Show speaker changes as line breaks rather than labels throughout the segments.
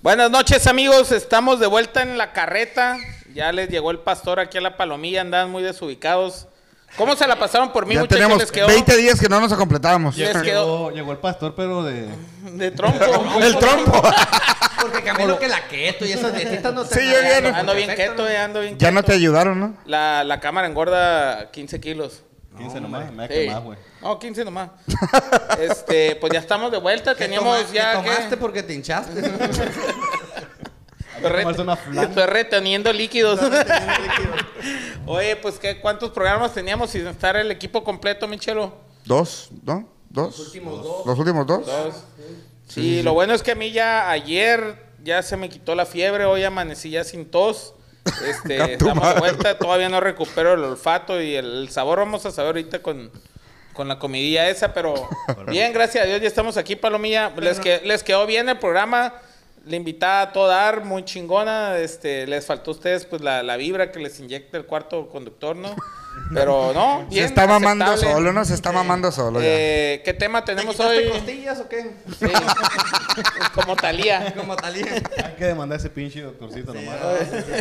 Buenas noches amigos, estamos de vuelta en la carreta. Ya les llegó el pastor aquí a la palomilla, andan muy desubicados. ¿Cómo se la pasaron por mí,
Ya
muchachos?
tenemos
les quedó
20 días que no nos completábamos.
Les
El
quedó-
Llegó, llegó el pastor, pero de.
trompo.
trompo.
Porque camino que la keto y esas dietitas no te
Sí, yo bien.
Ando bien quieto, eh, ando bien
ya no
keto.
te ayudaron, ¿no?
La, la cámara engorda 15 kilos.
15 nomás, me voy a
Sí.
quemar, güey.
No, 15 nomás. este, pues ya estamos de vuelta. Teníamos ya. que-
tomaste porque te hinchaste.
Estoy re-
Tomarse una flan.
estoy reteniendo líquidos. Oye, pues ¿qué, ¿cuántos programas teníamos sin estar el equipo completo, Michelo?
Dos, ¿no? Dos. Los últimos dos. Los últimos dos.
Sí, lo bueno es que a mí ya ayer ya se me quitó la fiebre, hoy amanecí ya sin tos. Este,
A tu
estamos de
madre.
vuelta, todavía no recupero el olfato y el, el sabor. Vamos a saber ahorita con, con la comidilla esa, pero bien, gracias a Dios, ya estamos aquí, Palomilla. Les, que, les quedó bien el programa. La invitada a todo dar, muy chingona. Este, les faltó a ustedes pues la, la vibra que les inyecta el cuarto conductor, ¿no? Pero no,
Se
bien,
está mamando
aceptable.
solo, ¿no? Se está mamando solo. ya.
Eh, ¿Qué tema tenemos
¿Te
hoy?
costillas o qué?
Sí. Como Talía.
Como talía.
Hay que demandar a ese pinche doctorcito nomás.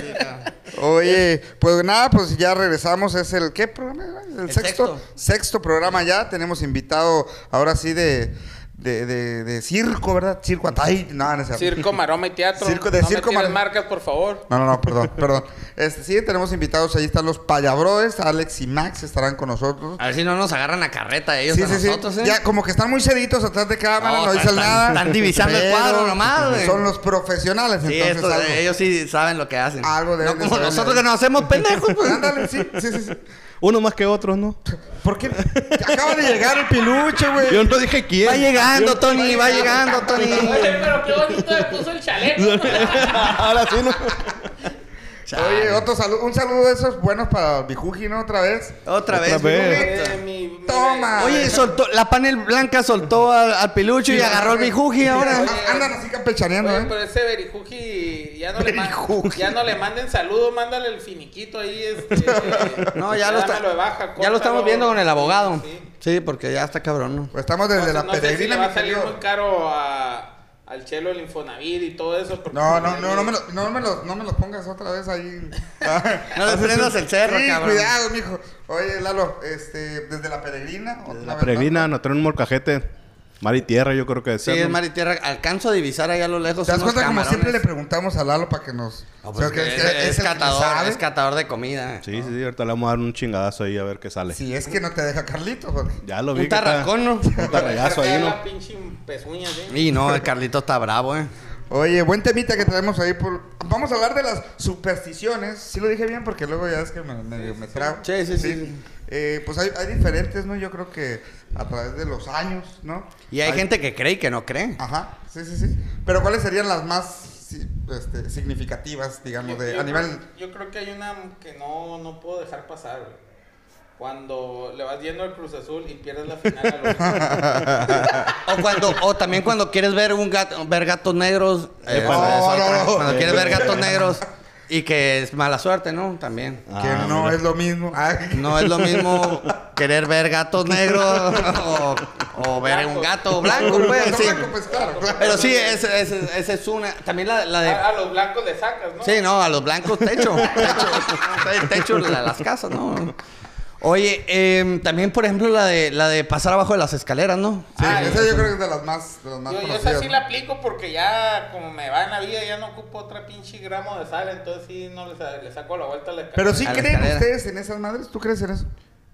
eh.
Oye, pues nada, pues ya regresamos. Es el qué programa? era? El,
El
sexto, sexto.
sexto.
programa ya. Tenemos invitado ahora sí de, de, de, de circo, ¿verdad? Circo Atay. No, no, es cierto.
Circo, Maroma y Teatro.
Circo de
no
circo,
me tires
mar-
marcas, por favor.
No, no, no, perdón, perdón. Este, sí, tenemos invitados. Ahí están los Payabroes, Alex y Max estarán con nosotros.
A ver si no nos agarran a carreta ellos
Sí,
a
sí, sí.
nosotros, ¿eh?
Ya como que están muy seditos atrás de cámara, no,
No,
dicen
están-
nada.
están divisando el cuadro nomás, güey.
Son los profesionales,
Sí,
entonces
esto,
algo.
ellos sí saben lo que hacen.
Algo deben
No
de
como
saber.
nosotros que nos hacemos pendejos, pues.
Ándale, sí, sí, sí, sí.
Uno más que otros, ¿no?
¿Por qué? Acaba de llegar el piluche, güey.
Yo no dije quién.
Va llegando, Tony, va llegando, Tony.
pero qué bonito le puso el chaleco.
Ahora sí, ¿no?
Oye, otro saludo, un saludo de esos buenos para Bijuji, ¿no? Otra vez.
Otra vez.
vez.
Toma.
Oye, soltó, la panel blanca soltó al, al pilucho y agarró el bijuji ahora.
Andan así campechaneando, ¿eh?
pero ese Berijuji ya no, le man-
Berijuji.
ya no le manden saludo, mándale el finiquito ahí. Este,
No, ya lo, está-
dámelo de baja,
ya
córtalo.
lo estamos viendo con el abogado.
Sí, sí.
Sí, porque ya está cabrón, ¿no?
Pues estamos desde
Entonces, no
la
sé si le
peregrina,
va
mi
a salir
querido.
muy caro a- al chelo el Infonavit y todo eso. porque-
No, no, no, no me, lo, no, me lo, no me lo pongas otra vez ahí.
No le prendas el cerro,
sí,
cabrón.
cuidado, mijo. Oye, Lalo, este, desde la peregrina. otra
La
vez,
peregrina
¿no?
anotaron un molcajete. Mar y tierra, yo creo que es.
Sí, es mar y tierra. Alcanzo a divisar allá a lo lejos.
¿Te das
unos
cuenta como
camarones.
siempre le preguntamos a Lalo para que nos...
No, pues,
o sea, que
es,
es-
es
es el que
catador,
sabe.
es catador de comida.
Sí, sí, sí, ahorita le vamos a dar un chingadazo ahí a ver qué sale.
Si es que no te deja Carlitos. porque-
Ya lo vi.
Un
que está-
tarracón, ¿no?
Un tarrayazo ahí, ¿no?
La pinche pezuña, ¿sí?
Y no, el Carlito está bravo, eh.
Oye, buen temita que traemos ahí. Por... Vamos a hablar de las supersticiones. Sí lo dije bien porque luego ya es que me, medio me trago.
Sí, sí, sí.
Eh, pues hay, hay diferentes, ¿no? Yo creo que a través de los años, ¿no?
Y hay gente que cree y que no cree.
Ajá, sí, sí, sí. Pero ¿cuáles serían las más sí, este, significativas, digamos, de, a nivel...
creo- yo creo que hay una que no, no puedo dejar pasar, güey. Cuando le vas yendo al Cruz Azul y pierdes la final al Olimpia.
O cuando, o también cuando quieres ver un gato, ver gatos negros. eh,
Épale.
esa es
No,
otra.
no, no.
Cuando quieres ver gatos negros y que es mala suerte, ¿no? También.
Ah,
que no
mira.
es lo mismo. Ah, Ay.
No es lo mismo querer ver gatos negros o, o ver un gato blanco, pues,
No,
sí.
blanco, pues, claro, claro.
Pero sí, esa es, esa es una. También la, la de.
A, a los blancos le sacas, ¿no?
Sí, no, a los blancos techo. Techo, techo la- las casas, ¿no? Oye, em, también, por ejemplo, la de, la de pasar abajo de las escaleras, ¿no?
Sí,
Ay,
esa yo creo que es de las más, de las más
Yo, yo
conocidas.
esa sí la aplico porque ya, como me va en la vida, ya no ocupo otra pinche gramo de sal, entonces sí, no le, sa- le saco la vuelta a la
Pero sí
A la
creen
escalera.
ustedes en esas madres. ¿Tú crees en eso?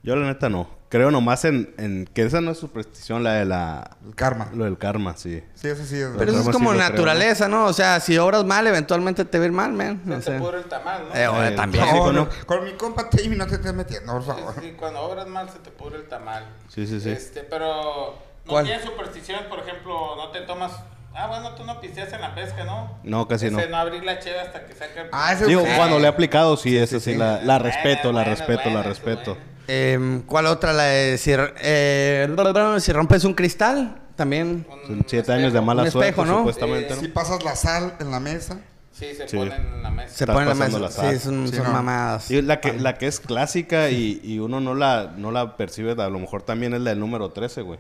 Yo la neta no. Creo nomás en, en que esa no es superstición, la de la...
El karma.
Lo del karma, sí.
Sí, eso sí es.
Pero eso es
Ramos sí
como
lo creo,
naturaleza, ¿no? O sea, si obras mal, eventualmente te va a ir mal, man.
Se
O
te
sea,
pudre el tamal, ¿no?
eh, o-
Eh,
también.
clásico,
No,
¿no?
no, Con mi compa Timmy no te estés metiendo, por
Sí,
favor.
sí, cuando obras mal se te pudre el tamal.
Sí, sí, sí.
Este, pero no
¿Cuál?
tienes supersticiones, por ejemplo, no te tomas. Ah, bueno, tú no pisteas en la pesca, ¿no?
No, casi
Ese
no.
no abrir la cheve hasta que saca el.
Ah, ese
Digo,
Sí.
cuando le he aplicado, sí, esa sí, la, la
Buena,
respeto, la
buena,
respeto,
buena,
la respeto.
buena.
Em, ¿Cuál otra? La de si, eh, si rompes un cristal, también.
Un-
Son siete
un
años de
espejo.
mala
Un
suerte,
espejo, ¿no?
supuestamente. ¿no?
Si pasas la sal en la mesa.
Sí, se
Sí.
ponen en la mesa.
Se
Estás
pone la
pasando
mesa.
la sal.
sí, son,
Sí,
son
no.
mamadas.
Y la que, la que es clásica y, y uno no la, no la percibe, a lo mejor también es la del número 13, güey.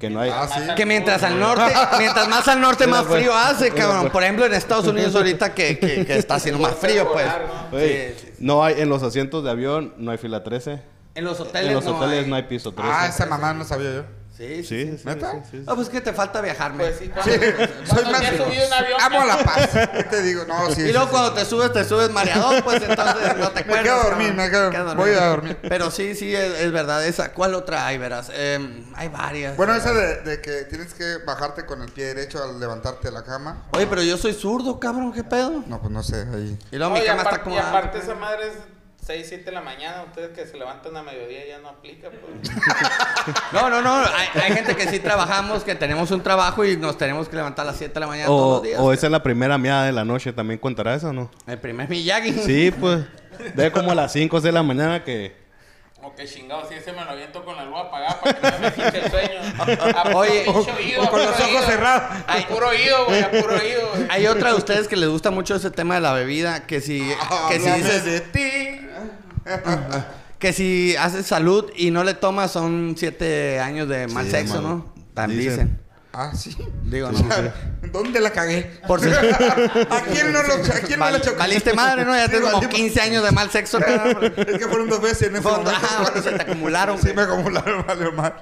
Que no hay.
Ah, sí.
Que mientras al norte, mientras más al norte, más
pues.
frío hace, cabrón.
pues.
Por ejemplo, en Estados Unidos ahorita que, que- que está haciendo más frío, pues.
Güey, No hay en los asientos de avión, no hay fila 13.
En los hoteles,
En los hoteles no
hay.
hay piso 13.
Ah, esa mamá no sabía yo.
Sí, sí.
Sí, sí,
¿Neta?
sí, sí, sí.
Ah, pues que te falta viajar, men.
Pues sí,
Sí, soy
cuando
más.
te has subido un avión.
Amo la paz. ¿Qué te digo? No, sí.
Y luego
sí,
cuando te subes, te subes mareador, pues entonces no te
Me
acuerdas.
quedo a dormir,
cabrón.
me quedo-
Te quedas
voy a dormir.
Pero sí, sí, es, es verdad. Esa, ¿Cuál otra hay, verás? Eh, hay varias.
sí. Bueno, esa de, de que tienes que bajarte con el pie derecho al levantarte de la cama.
Oye, pero yo soy zurdo, cabrón, ¿qué pedo?
No, pues no sé, ahí.
Y luego
No,
mi
y
cama
aparte,
está como...
y aparte esa madre es 6, 7 de la mañana. Ustedes que se levantan a mediodía ya no aplica. Pues.
No, no, no. Hay, hay gente que sí trabajamos, que tenemos un trabajo y nos tenemos que levantar a las 7 de la mañana todos
O,
los días.
o esa es la primera meada de la noche, ¿también contará eso o no?
El primer Miyagi.
Sí, pues. De como a las 5 de la mañana que.
O que chingado, si ese me lo aviento con la luz apagada para que no me quite el sueño. A puro
Oye,
pinche oído,
o
a
con
puro
los ojos
oído.
cerrados.
A puro oído, güey, a puro oído. güey.
Hay otra de ustedes que les gusta mucho ese tema de la bebida, que si, que si
Háblame
dices,
Ah, de ti.
que si haces salud y no le tomas son siete años de mal
Sí,
sexo,
hermano.
¿no? También
Dicen.
dicen.
Ah, sí.
Digo, no.
¿Dónde la cagué?
Por si...
¿A quién no, lo, a quién no la
Val-
choqué?
valiste madre, ¿no? Ya
Sí,
tienes como
valí-
15 años de mal sexo. cabrón.
Es que fueron dos veces en ese
Fondo.
momento.
Ah, bueno, se te acumularon,
Sí,
güey.
me acumularon, vale, mal.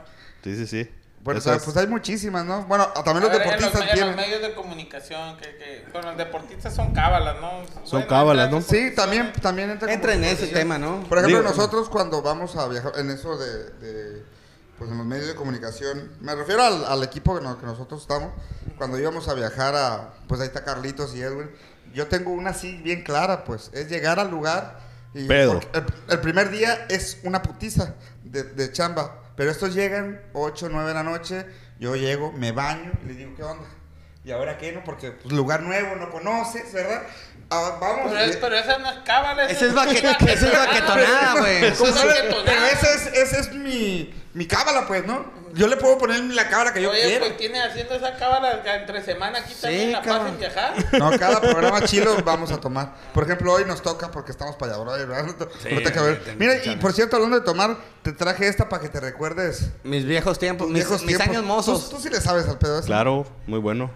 Sí, sí, sí.
Bueno, o
Esa
sea,
es-
pues hay muchísimas, ¿no? Bueno, a- también los
A ver, en
deportistas
en los
tienen.
medios de comunicación, que, que, bueno, los deportistas son cábalas, ¿no?
Son cábalas, ¿no?
Sí, también, también entra. como
Entra en ese
protección.
tema, ¿no?
Por ejemplo,
Digo-
nosotros cuando vamos a viajar en eso de, de, pues en los medios de comunicación, me refiero al, al equipo que, no- que nosotros estamos, cuando íbamos a viajar a, pues ahí está Carlitos y Edwin, yo tengo una así bien clara, pues, es llegar al lugar y...
Pedo.
porque El, el primer día es una putiza de, de chamba, pero estos llegan 8, 9 de la noche, yo llego, me baño y les digo, ¿qué onda? ¿Y ahora qué? No, porque pues, lugar nuevo, no conoces, ¿verdad? Ah, vamos.
Pero, es- pero esa no es cábala.
Ese es baquet- ese es baquetonada, güey.
Eso
¿Cómo
es
sabes? Pero
baquetonada.
esa es, esa es mi, mi cábala, pues, ¿no? Yo le puedo poner la cábala que yo
Oye,
quiera.
pues tiene haciendo esa cábala que entre semana aquí
Sí,
también la
cabrón.
pasen viajar.
No, cada programa chilo vamos a tomar. Por ejemplo, hoy nos toca porque estamos para allá, brother, ¿verdad? No te- no te cabe ver. Mira, y por cierto, hablando de tomar, te traje esta para que te recuerdes.
Mis viejos tiempos,
tus
mis,
viejos
mis
tiempos.
años
Tú,
mozos.
tú sí le sabes al
pues,
pedo ese.
Claro, muy bueno.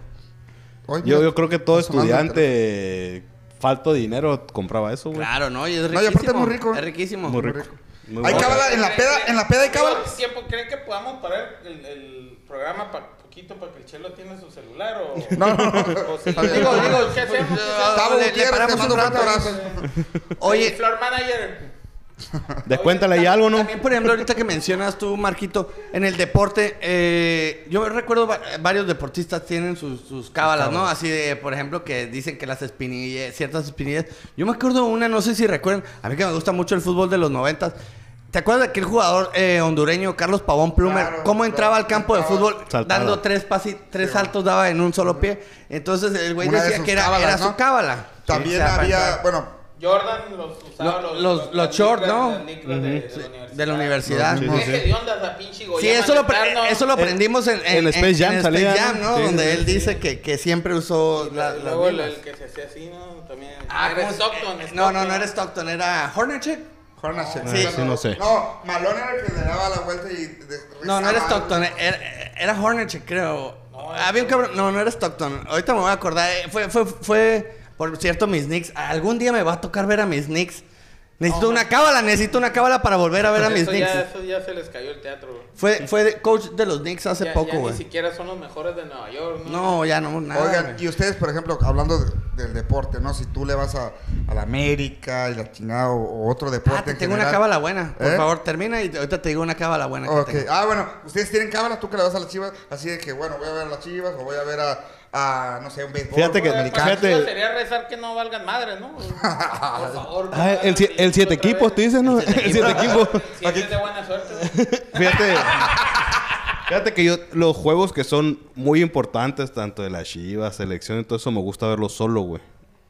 Hoy, mira,
Yo, yo creo que todo
estás tomando,
estudiante falto de dinero compraba eso, güey.
Claro, ¿no? Y es
No,
riquísimo.
y aparte es muy rico.
Es riquísimo.
Muy
pero-
rico. Muy
Hay
bueno.
cábala en la peda, en la peda hay cábala.
Digo, tiempo, ¿Creen que podamos parar el, el programa pa, poquito para que el chelo tiene su celular o...?
No, no, no.
o sí?
Está bien.
Digo, digo, ¿qué hacemos? ¿Qué hacemos?
Tavo
le- le
Gutiérrez, te
paramos
mando un
un
fuerte
rato.
abrazo.
Oye,
Oye,
floor manager.
Descuéntale ahí algo, ¿no?
También, por ejemplo, ahorita que mencionas tú, Marquito, en el deporte, eh, yo recuerdo va- varios deportistas tienen sus, sus cábalas, ¿no? Así de, por ejemplo, que dicen que las espinillas, ciertas espinillas. Yo me acuerdo una, no sé si recuerdan, a mí que me gusta mucho el fútbol de los noventas. ¿Te acuerdas de aquel jugador eh, hondureño, Carlos Pavón Plumer?
Claro,
¿Cómo entraba
claro,
al campo de
entraba.
fútbol
Saltaba.
dando tres pasis, tres saltos daba en un solo pie? Entonces el güey
Una de
decía
sus
que era,
cábalas,
era
¿no?
su cábala.
También
Sí, o sea, para
había,
entrar.
bueno,
Jordan los usaba
Lo-
los,
los- los
las
shorts,
licras-
¿no?
las licras de, de la universidad.
de la universidad.
Sí,
Qué
sí.
hediondas la pinche
Sí,
Goyama
eso lo,
de Tarno.
pre- eso lo aprendimos en,
en Space Jam
Space
salía,
Jam,
¿no?
¿no?
Sí,
Donde
sí,
él
sí.
dice que, que siempre usó
Y
la-
luego
las
el,
mismas.
el que se hacía así, ¿no? También.
Ah,
era
¿cómo se-
Stockton,
eh,
Stockton.
No, no, no era Stockton, era Hornacek.
Hornacek.
Sí. sí, no sé.
No, Malone era el que le daba la vuelta y. de-
No, no era
rezaba.
Stockton, era, era Hornacek,
Ah.
creo.
No, era-
Había un cabrón, no, no era Stockton. Ahorita me voy a acordar, eh, fue, fue, fue, por cierto, mis Knicks. Algún día me va a tocar ver a mis Knicks. Necesito una cábala, necesito una cábala para volver a ver a mis
Eso ya,
Knicks.
eso ya se les cayó el teatro. güey.
Fue, fue de- coach de los Knicks hace
Ya- ya
poco,
Ni
güey.
siquiera son los mejores de Nueva York, ¿no?
No, ya no, nada.
Oigan,
güey.
y ustedes, por ejemplo, hablando de- del deporte, ¿no? Si tú le vas a, a la América y la chingada o, o otro deporte.
Ah, te
en
tengo una
general.
cábala buena. Por
¿Eh?
favor, termina y ahorita te digo una cábala buena. que
Ok.
tengo.
Ah, bueno, ustedes tienen cábalas, tú que le vas a las chivas, así de que, bueno, voy a ver a las chivas o voy a ver a, a, no sé, un béisbol.
Fíjate
o
que-
Oye,
americano.
para
fíjate-
Chivas Sería rezar que no valgan madre, ¿no? Por favor.
Ah, el, si- el siete
otra
equipos,
vez.
te dicen, ¿no? El siete equipos.
El siete es de buena suerte. güey.
Fíjate. Fíjate que yo, los juegos que son muy importantes, tanto de la Shiva, selección y todo eso, me gusta verlos solo, güey.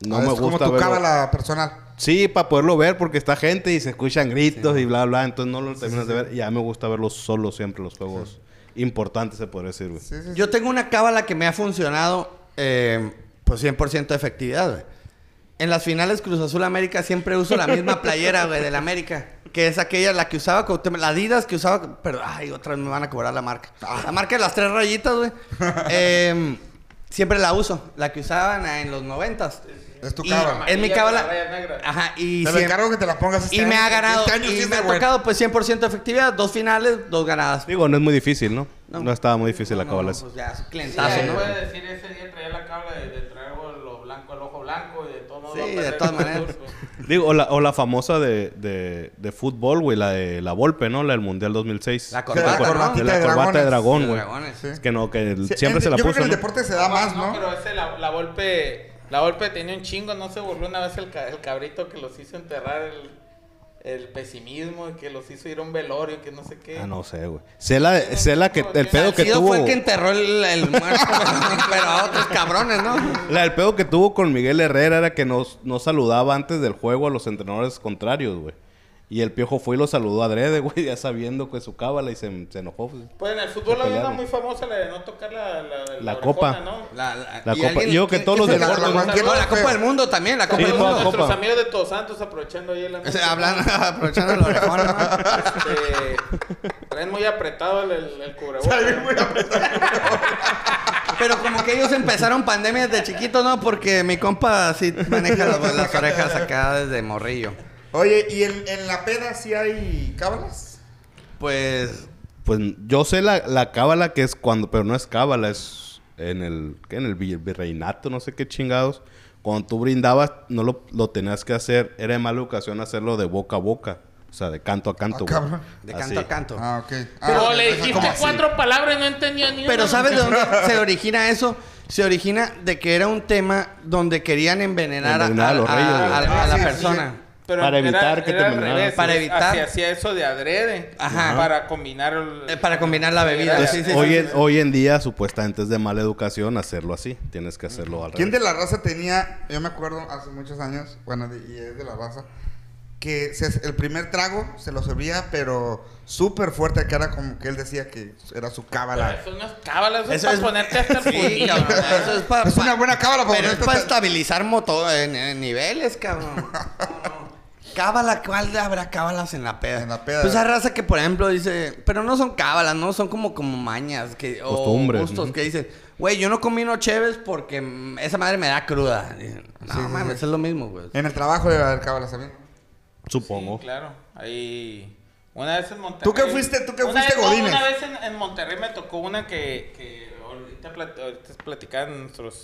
No
Ah,
me
es
gusta
como tu
verlo-
cábala personal.
Sí, para poderlo ver porque está gente y se escuchan gritos y bla, bla. Entonces no lo terminas de ver. Y a mí me gusta verlos solo siempre, los juegos importantes, se podría decir, güey.
Sí, sí, sí.
pues, Yo tengo una cábala que me ha funcionado eh, por 100% de efectividad. güey. En las finales Cruz Azul América siempre uso la misma playera, güey, del América. Que es aquella, la que usaba, Cuauhtémoc- la Adidas que usaba. Pero, ay, otra vez me van a cobrar la marca.
Ah.
La marca de las tres rayitas, güey. Em, siempre la uso. La que usaban en los noventas.
Es tu
Y
cábala.
Es mi
Amarilla con la
cábala.
raya negra.
Ajá, y
Te me
siempre-
encargo que te la pongas este
y me
año.
ha ganado.
Este año
y
sí de
me ha
bueno.
tocado, pues, 100% efectividad. Dos finales, dos ganadas.
Digo, no es muy difícil, ¿no?
No.
No, estaba muy difícil la
No,
cábala
no,
esa.
pues ya, es un
Sí,
clientazo,
ahí
¿no?
puede decir ese día traía la cabra de, de traer lo blanco, el ojo blanco y de todo modo
Sí,
va a
de
perder
todas
el
maneras.
concurso.
Digo, o la, o la famosa de, de, de fútbol, güey, la de la Volpe, ¿no? La del Mundial 2006.
La
¿Te
corbata,
acuerdas? De
¿no?
De
La corbata de dragón,
Los
güey.
dragones.
Sí.
Es que no, que el-
Sí,
siempre
es-
se la
Yo creo que
puso,
en el
¿no?
deporte se da más, ¿no?
pero ese la, la golpe. La golpe tenía un chingo, no se burló una vez el, ca- el cabrito que los hizo enterrar el, el pesimismo, y que los hizo ir a un velorio, que no sé qué.
Ah, no sé, güey. Sé la, sé la que, el pedo que
Salcido
tuvo...
fue el que enterró el, el muerto, pero a otros cabrones, ¿no?
La, el pedo que tuvo con Miguel Herrera era que nos, no saludaba antes del juego a los entrenadores contrarios, güey. Y el piojo fue y lo saludó adrede, güey, ya sabiendo que su cábala y se, se enojó. güey.
Pues en el fútbol había una
pelearon.
muy famosa, la de no tocar la, la,
La
orejona,
copa.
¿no?
La, la,
La
y
Copa- yo que todos los
¿quién fue?
deportes-
La, la- la- la Copa
Fue-
del Mundo también, la Copa
Sí,
del
fue la
Todos
Mundo.
Copa.
nuestros amigos de Todos Santos aprovechando ahí el
O sea, hablando, aprovechando los orejones, ¿no?
Este, traen muy apretado el, el, el cubrebocas.
Pero como que ellos empezaron pandemia desde chiquito, ¿no? Porque mi compa sí maneja las, las orejas acá desde morrillo.
Oye, ¿y en, en la peda sí hay cábalas?
Pues
Pues yo sé la, la cábala que es cuando, pero no es cábala, es en el, ¿qué? en el vi- virreinato, no sé qué chingados. Cuando tú brindabas, no lo, lo tenías que hacer, era de mala educación hacerlo de boca a boca. O sea, de canto a canto, güey.
cabrón.
Ah, de canto
Así. Pues,
a canto.
Ah, ok. Ah,
Pero le
ok, o sea,
dijiste
¿cómo así?
cuatro palabras y no entendía ni
Pero
una.
¿sabes de dónde se origina eso? Se origina de que era un tema donde querían envenenar, a-
Envenenar a los
a-
reyes,
a-
güey.
a- a
Sí,
la
sí,
persona.
Pero
Para
era-
evitar que
era al
terminara.
revés,
Para
es-
evitar.
hacía- Hacía eso de adrede.
Ajá.
Para combinar. el-
Eh, para combinar la bebida,
Era-
sí,
Entonces, hoy, en, hoy en día, supuestamente es de mala educación hacerlo así. Tienes que hacerlo al
¿Quién de
revés.
la raza tenía, yo me acuerdo hace muchos años, bueno, de- y es de la raza, que se- el primer trago se lo servía, pero súper fuerte, que era como que él decía que era su cábala.
Son unas cábalas, eso
Eso
para
es-
ponerte hasta el
Sí,
fundillo.
cabrón, eso es para...
Es una buena cábala para
Pero es
ponerte
para
hasta-
estabilizar moto, en, en niveles, cabrón. Cábala, ¿cuál habrá cábalas en la peda?
En la peda.
Pues esa raza que, por ejemplo, dice... Pero no son cábalas, ¿no? Son como, como mañas que, o
Costumbres,
gustos
¿no?
que dicen... Güey, yo no combino cheves porque mm, esa madre me da cruda. Y, No,
Sí, sí,
mames,
sí.
es lo mismo, güey.
En el trabajo debe haber cábalas también.
Supongo.
Sí, claro. Ahí. Una vez en Monterrey.
¿Tú qué fuiste- tú qué
Una
fuiste,
vez- no,
Godínez?
Una vez en, en Monterrey me tocó una que, que ahorita, plat- ahorita platicaban nuestros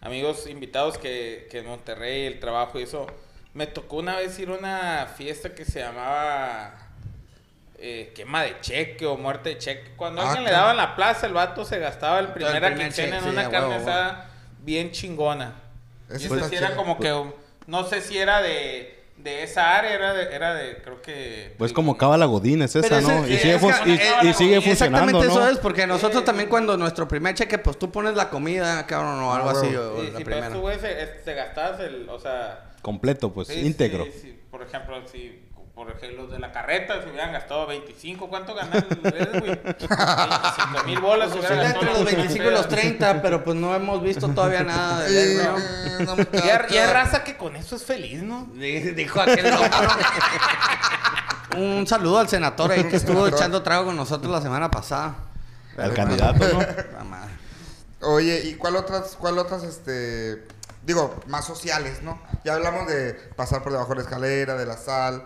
amigos invitados que, que en Monterrey el trabajo y eso. Me tocó una vez ir a una fiesta que se llamaba eh, quema de cheque o muerte de cheque. Cuando
Ah,
alguien le
claro.
daban la plaza, el vato se gastaba el
Todo el
primera
primer
quincena en
cheque, sí,
una
a
carne
huevo, huevo.
asada bien chingona.
Eso
Y ese
está
sí era
chido.
como que
Pues-
um, no sé si era de, de esa área, era de, era de creo que
Pues como cábala Godín es esa,
Pero ese-
¿no? Y
eh,
sigue,
es
fun-
ca-
y-
eh,
y sigue funcionando,
Exactamente
¿no?
eso es, porque nosotros también cuando nuestro primer cheque, pues tú pones la comida, cabrón, o algo
Ah,
así,
huevo.
o
Sí,
la
sí, pero
primera.
tú, güey, se, se gastabas el, o sea,
Completo, pues,
sí,
íntegro.
sí, sí. por ejemplo, si por ejemplo, los de la carreta se hubieran gastado 25, ¿cuánto ganan? ustedes, güey? 25 mil bolas. se
Pues
hubieran
está
gastado
entre los
en una
25 y los
peda.
30, pero pues no hemos visto todavía nada
Sí,
de él, ¿no?
eh, no,
Y hay-
muchacho.
y hay raza que con eso es feliz, ¿no?
Di- Dijo aquel loco.
Eh.
¿no? Un saludo al senador ahí que estuvo echando trago con nosotros la semana pasada.
Al candidato, ¿no?
La madre.
Oye, ¿y cuál otras, cuál otras, este, digo, más sociales, ¿no? Ya hablamos de pasar por debajo de la escalera, de la sal,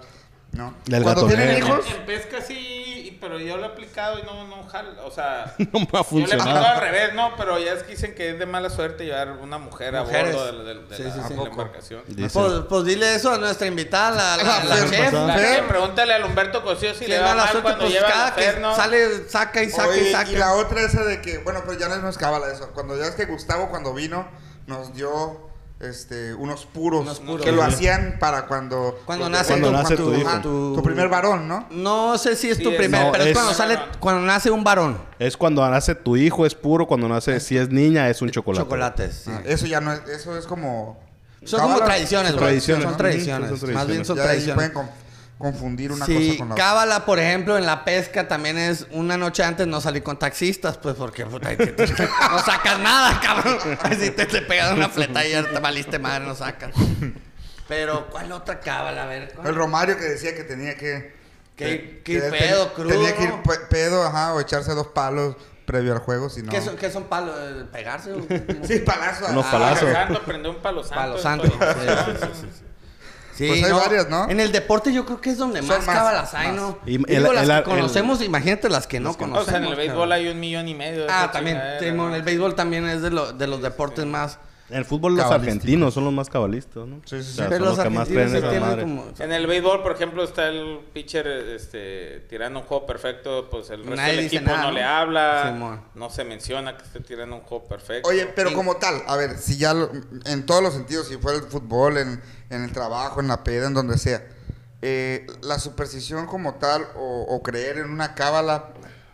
¿no?
Del
Cuando tienen
gatonero.
hijos,
En, en pesca sí, y- pero yo lo he aplicado y no, no jala, o sea...
No me
Yo le
ha
he aplicado
funcionado.
al revés, no, pero ya es que dicen que es de mala suerte llevar una mujer a
Mujeres.
bordo de, la- de- de
Sí,
la,
sí,
de
sí.
la
¿A poco?
embarcación.
Dice-
Pues, pues dile eso a nuestra invitada, la,
Ah,
La
la, la
Fer
chef. ¿eh?
pasada.
La
Fer.
que pregúntale al Humberto Cosío si
Si
le
le
va
da la
mal
suerte,
cuando
pues
lleva
cada
a
que
Ferno.
sale, saca y saca y
Oye,
saca.
y la otra esa de que, bueno, pero ya no es cábala eso. Cuando ya es que Gustavo cuando vino nos dio este unos puros,
Unos puros.
que lo hacían para cuando
Cuando nace
Cuando nace tu hijo.
ajá, tu, primer varón, ¿no?
No sé si es
Sí,
tu
es-
primer,
No,
pero es,
es-
cuando sale, cuando nace un varón.
Es cuando nace tu hijo, es puro. Cuando nace, si es niña, es un chocolate.
Chocolates, sí.
Ah, Eso ya no es, eso es como
Son como
cábala.
tradiciones, güey.
Tradiciones,
Son
¿no?
Ah,
tradiciones.
Sí, son
Más bien
tradiciones.
son
Ya ahí
tradiciones.
pueden com- confundir una
Sí,
cosa con la otra.
cábala, por ejemplo, en la pesca también es una noche antes no salir con taxistas, pues porque puta, ahí te- te- no sacas nada, cabrón. Si te, te pegas una fleta y ya te valiste madre, no sacas. Pero, ¿cuál otra cábala? A ver, ¿cuál?
El Romario que decía que tenía que. que-
¿Qué- qué
que
pedo
ten-
crudo,
Tenía que ir
no?
pe- pedo, ajá, o echarse dos palos previo al juego, si no.
¿Qué, son, ¿Qué son palos? eh, ¿Pegarse? o qué?
Sí, palazos.
Unos
Ah,
palazos.
Santo, prende un palo santo.
Palo
estoy-
santo. Sí, sí, sí, sí. Sí,
Pues hay varias, ¿no?
En el deporte yo creo que es donde
Son
más,
más,
cábalas hay,
más.
¿no?
Y
Digo,
el-
las
el-
que
el-
conocemos, imagínate las que no
O
conocemos.
sea, en el béisbol
cabrón.
hay un millón y medio. de
Ah,
esa
también,
chingadera,
Simón,
¿no?
el béisbol también es de, lo- de los deportes más...
En el fútbol los
Cabalístico.
argentinos son los más cabalistas, ¿no?
Sí, sí, sí.
Pero
son
los
los que más
argentinos
creen
se
esa
tienen
madre.
como...
En el béisbol, por ejemplo, está el pitcher este, tirando un juego perfecto, pues el resto
Nadie
del
dice
equipo
nada,
no,
¿no?
le habla,
Simón.
no se menciona que esté tirando un juego perfecto.
Oye, pero como tal, a ver, si ya lo- en todos los sentidos, si fuera el fútbol, en, en el trabajo, en la peda, en donde sea, eh, la superstición como tal o, o creer en una cábala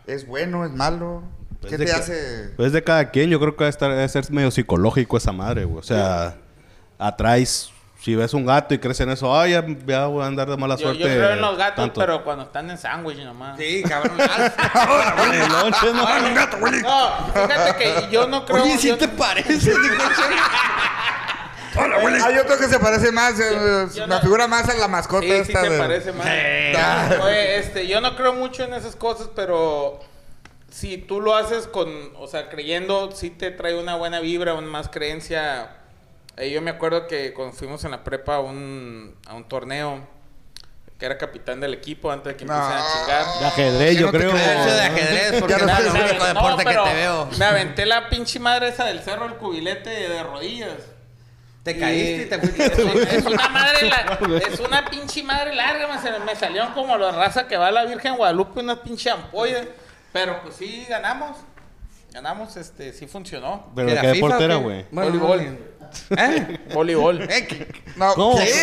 es bueno, es malo.
Pues
¿Qué
de
te
que-
hace?
Pues de cada quien, yo creo que va a, estar, debe ser medio psicológico esa madre, güey. O sea, atraes, si ves un gato y crees en eso, ay, ya, ya voy a andar de mala
yo,
suerte.
yo creo en los gatos,
tanto".
pero cuando están en sándwich nomás.
Sí, cabrón. Ahora,
En el lonche, ¿no?
No, fíjate que yo no creo.
Oye, ¿sí
yo-
te parece?
Hay otro que se parece más, eh,
yo
me
no-
figura más a la mascota
Sí, sí
esta
se
de-
parece más.
Ah.
Oye, este, yo no creo mucho en esas cosas, pero si tú lo haces con, o sea, creyendo, sí te trae una buena vibra, una más creencia. Eh, yo me acuerdo que cuando fuimos en la prepa a un, a un torneo, que era capitán del equipo antes de que
No.
empezaran a chingar.
De ajedrez,
Que
yo
no te
creo.
creas,
Eso de ajedrez, porque
Ya no
no es el
sé.
único
No,
deporte que
pero
te veo.
Me aventé la pinche madre esa del cerro, el cubilete de rodillas.
Te caíste y te
Es una-
fuiste.
Es una madre la- es una pinche madre larga, me, se- me salieron como la raza que va a la Virgen Guadalupe, una pinche ampolla. Pero pues sí, ganamos. Ganamos, este, sí funcionó.
Pero de qué deporte era, güey.
Voleibol.
¿Eh?
Voleibol.
¿Eh? ¿Qué?
No,
¿Cómo?
¿qué?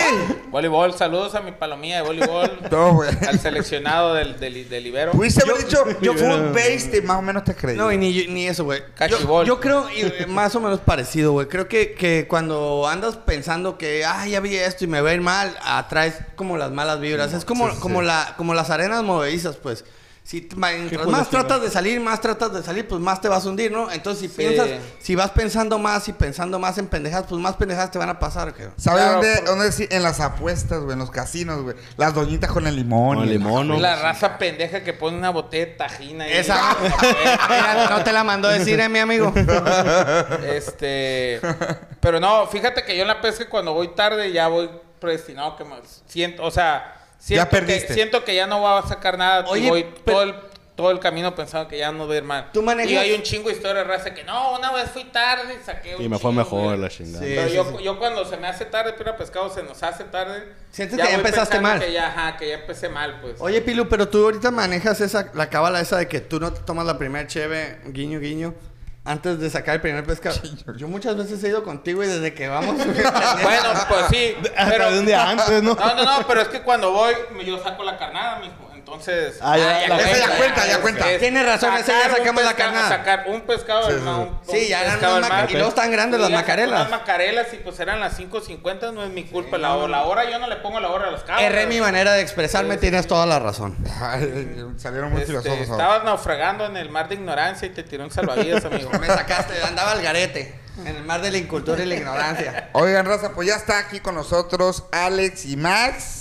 Voleibol, saludos a mi palomilla de voleibol.
No, güey.
Al seleccionado del, del, del Ibero.
Pudiste haber dicho, yo fui based y más o menos te creí.
No, y ni, ni eso, güey. Yo,
Cachibol.
yo creo y, eh, más o menos parecido, güey. Creo que, que cuando andas pensando que, ah, ya vi esto y me va a ir mal, atraes como las malas vibras. es como,
sí, sí.
como, La, como las arenas movedizas, pues. Si t- ma- mientras
pues,
hijo
más
de
tratas de salir, más tratas de salir, pues más te vas a hundir, ¿no? Entonces, si piensas, si vas pensando más y pensando más en pendejadas, pues más pendejadas te van a pasar, güey.
¿Sabes
Claro,
dónde,
por-
dónde sí? En las apuestas, güey, en los casinos, güey. Las doñitas con el limón.
Con el
y-
limón, ¿no?
la raza pendeja que pone una botella de tajina. ahí.
Esa. Mira, no te la mandó decir, eh, mi amigo.
Este. Pero no, fíjate que yo en la pesca cuando voy tarde ya voy predestinado que más. Siento, o sea, siento,
Ya
Que,
perdiste.
siento que ya no va a sacar nada.
Oye,
y voy
pero-
todo el, todo el camino pensando que ya no voy a ir mal.
Tú manejas-
Y hay un chingo de historia de raza que no, una vez fui tarde y saqué un
Y me fue
chingo,
mejor
güey".
la chingada.
Sí.
Pero yo, yo cuando se me hace tarde, pira pescado, se nos hace tarde.
Sientes que ya
voy
empezaste
pensando
mal.
Que ya, ajá, que ya empecé mal, pues.
Oye, Pilu, pero tú ahorita manejas esa, la cábala esa de que tú no te tomas la primera cheve, guiño, guiño, antes de sacar el primer pescado. Yo muchas veces he ido contigo y desde que vamos...
Bueno, pues sí.
Hasta
pero,
de un día antes, ¿no?
No, no, no, pero es que cuando voy, yo saco la carnada, mijo. Entonces.
Ah, ya, la
cuenta, ya cuenta, ya cuenta.
Tienes razón, ese ya
Sacar un
sacamos la
pesca-
carnada.
Sacar un pescado del
sí,
mar.
sí.
un-
Sí,
un
ya eran
pescado
unas
del
maca-
mar.
y luego están grandes
Y
las
ya
macarelas.
Las macarelas, y pues eran las 5.50, no es mi culpa. la, la hora, yo no le pongo la hora a los cabros.
Erré mi manera de expresarme, tienes toda la razón.
Ay, salieron muy
Este,
filósofos ahora.
estabas naufragando en el mar de ignorancia y te tiró un salvavidas, amigo.
Me sacaste, andaba al garete, en el mar de la incultura y la ignorancia.
Oigan, raza, pues ya está aquí con nosotros Alex y Max,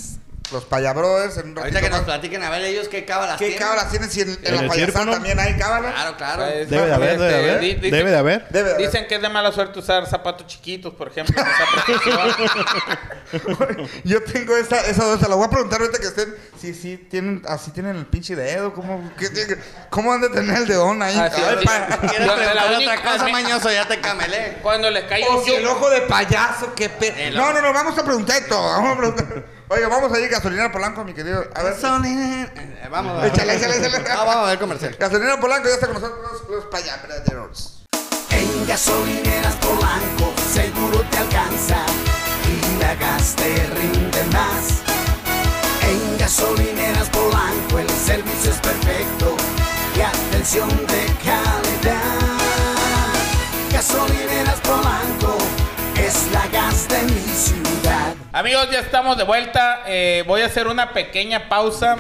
los payabrothers. En un ratito
Ahorita que nos
más.
platiquen a ver ellos qué cábalas
¿Qué
tienen.
cábalas tienen? Si en, en
¿En
la
el
payasada
circo, no?
también hay cábalas.
Claro, claro.
Pues,
Debe de haber,
este,
debe de
di-
haber.
dice-
Debe de haber.
Debe de haber.
Dicen que es de mala suerte usar zapatos chiquitos, por ejemplo. en esa profesión.
Yo tengo esa, esa duda. Se la voy a preguntar ahorita que estén. Si sí, tienen, así tienen el pinche dedo. ¿Cómo, qué, qué- cómo han de tener el dedón ahí?
Así
Ay,
es.
pa-
¿Quieres
Yo- de la
preguntar
única-
otra cosa, mañoso? Ya te camelé.
Cuando les cae
O
un
si el
yugo.
ojo de payaso, qué pedo.
El
No,
ojo.
no, no, vamos a preguntar de todo. Vamos a preguntar. Oiga, vamos a ir gasolinera Polanco, mi querido. A ver.
Son- eh, Vamos, vamos.
Échale, échale, échale.
Ah, vamos a ver comercial.
Gasolinera Polanco ya está con nosotros los payabrothers.
En gasolineras Polanco seguro te alcanza y la gas te rinde más. En gasolineras Polanco el servicio es perfecto y atención de calidad. Gasolineras Polanco es la gas de mi ciudad.
Amigos, ya estamos de vuelta. Eh, voy a hacer una pequeña pausa.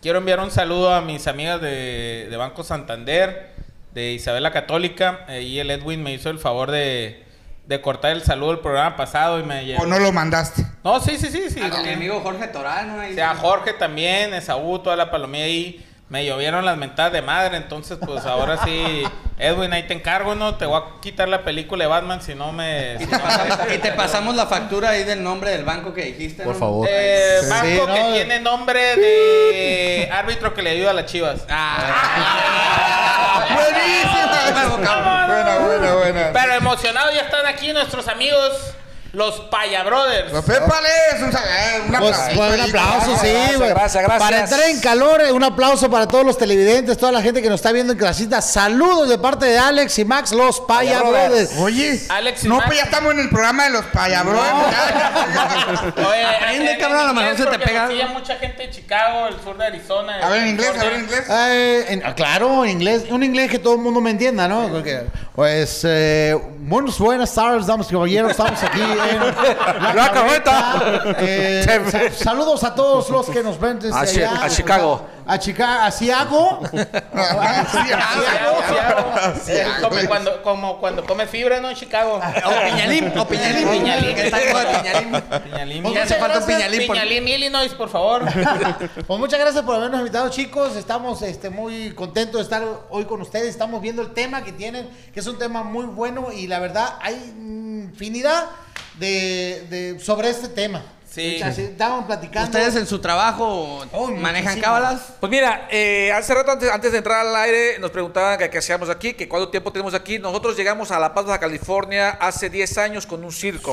Quiero enviar un saludo a mis amigas de, de Banco Santander, de Isabela Católica. Eh, y el Edwin me hizo el favor de, de cortar el saludo del programa pasado y me llevó.
O no lo mandaste.
No, sí, sí, sí, sí.
A Ah, mi amigo Jorge Toral, ¿no? Ahí-
O sea, Jorge también, Esaú, toda la palomilla ahí. Me llovieron las mentadas de madre, entonces pues ahora sí, Edwin, ahí te encargo, ¿no? Te voy a quitar la película de Batman si no me... si
Y
no
te,
me-
pasamos, y te pasamos la factura ahí del nombre del banco que dijiste.
Por
¿no?
favor.
Eh,
Sí,
banco
no,
que
eh.
tiene nombre de árbitro que le ayuda a las chivas.
Ah. Huevo, cabrón.
Buena, buena, buena.
Pero emocionados ya están aquí nuestros amigos, los Paya Brothers.
Los pépales, un, sa- eh, un
Pues,
aplauso.
pues, un aplauso, sí,
gracias,
güey.
gracias, gracias.
Para entrar en calor, eh, un aplauso para todos los televidentes, toda la gente que nos está viendo en casita. Saludos de parte de Alex y Max, los Paya
Paya Brothers.
Brothers.
Oye,
Alex y
no,
Max.
pues ya estamos en el programa de los payabros.
Oye,
Aprende,
en
cabrón, a lo mejor
inglés,
se te
porque
pega
nos sigue
algo.
mucha gente de Chicago, el sur de Arizona.
a ver en
el
inglés, a ver
norte.
en inglés.
Eh, en- ah, claro, en inglés, un inglés que todo el mundo me entienda, ¿no? Porque, pues, eh, buenos, buenas tardes, damas y caballeros, estamos aquí en
La Carreta.
Eh, sa- saludos a todos los que nos ven desde
A Chi-
allá.
a Chicago.
A Chicago, a Ah, Chicago.
Sí, hago, sí, hago.
Sí,
Eh,
hago.
como cuando- Como cuando come fibra, ¿no? En Chicago.
O Piñalín, o Piñalín.
Piñalín.
Que está como de Piñalín.
Piñalín,
Pues
Ya hace
muchas
falta un
gracias,
Piñalín. por-
Piñalín, Illinois, por favor.
Pues muchas gracias por habernos invitado, chicos. Estamos este, muy contentos de estar hoy con ustedes. Estamos viendo el tema que tienen, que es un tema muy bueno y la verdad hay infinidad de, de- sobre este tema.
Sí.
O sea, se Estaban platicando.
¿Ustedes en su trabajo
Oh,
manejan
muchísimo.
cábalas?
Pues mira, eh, hace rato antes, antes de entrar al aire nos preguntaban que qué hacíamos aquí, que cuánto tiempo tenemos aquí. Nosotros llegamos a La Paz, Baja California hace 10 años con un circo.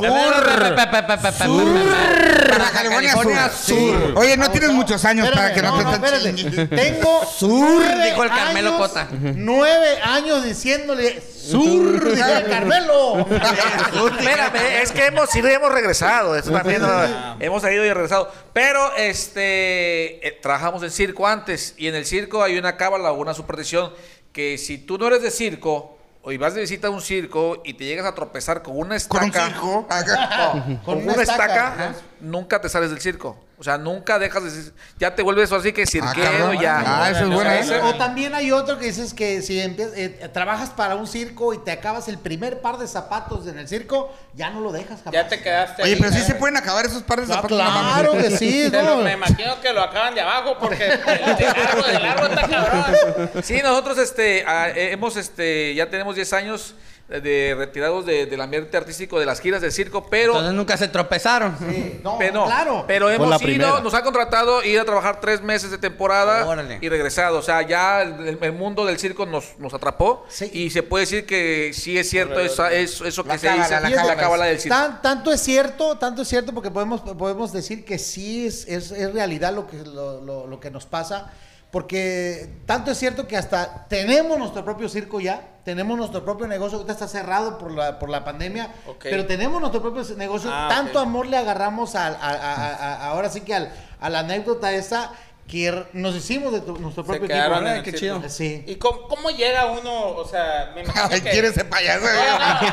Baja California Sur. Sí. Oye, no tienes muchos años para que no,
Espérame,
te estén
espérate.
chingando.
Tengo sur,
dijo el Carmelo Cota.
Nueve años diciéndole sur, dijo el Carmelo.
Espérame, es que hemos ido y hemos regresado. Esto también, ¿no? hemos ido y regresado. Pero este eh, trabajamos en circo antes y en el circo hay una cábala o una superstición que si tú no eres de circo o y vas de visita a un circo y te llegas a tropezar con una
Con un
estaca,
circo. Acá.
con una, estaca, nunca te sales del circo. O sea, nunca dejas de cir- ya te vuelves así que cirquero
Ah, cabrón.
ya.
Ah, eso es bueno,
O sea,
¿eh?
ese-
O también hay otro que dices que si empie- eh, trabajas para un circo y te acabas el primer par de zapatos en el circo, ya no lo dejas jamás.
Ya te quedaste.
Oye,
ahí,
pero sí
¿no?
se pueden acabar esos pares de
Ah,
zapatos. no mames.
claro que sí,
Te lo-
¿no?
me imagino que lo acaban de abajo porque de largo, de largo está cabrón.
Sí, nosotros este, ah, eh, hemos, este, ya tenemos 10 años eh, de retirados de- del ambiente artístico, de las giras del circo, pero...
Entonces nunca se tropezaron.
Eh, No,
pero, no,
claro.
pero hemos
la
ido,
primera.
nos ha contratado ir a trabajar tres meses de temporada
Órale.
y regresado. O sea, ya el, el mundo del circo nos, nos atrapó
Sí.
y se puede decir que sí es cierto esa- es- eso que
La
se
cábala,
dice,
la
la,
cábala.
cábala del circo.
Tan- tanto es cierto, tanto es cierto porque podemos, podemos decir que sí es, es, es realidad lo que, lo, lo- lo que nos pasa. Porque tanto es cierto que hasta tenemos nuestro propio circo ya, tenemos nuestro propio negocio, ahorita está cerrado por la, por la pandemia,
Ok.
pero tenemos nuestro propio negocio.
Ah,
tanto
ok.
amor le agarramos al- a, a- a- a- ahora sí que al- a la anécdota esa que r- nos hicimos de tu- nuestro
Se
propio equipo.
quedaron en el
qué
circo.
chido.
Sí.
¿Y cómo, cómo llega uno? O sea, me imagino
Ay,
que-
¿Quieres ser payaso?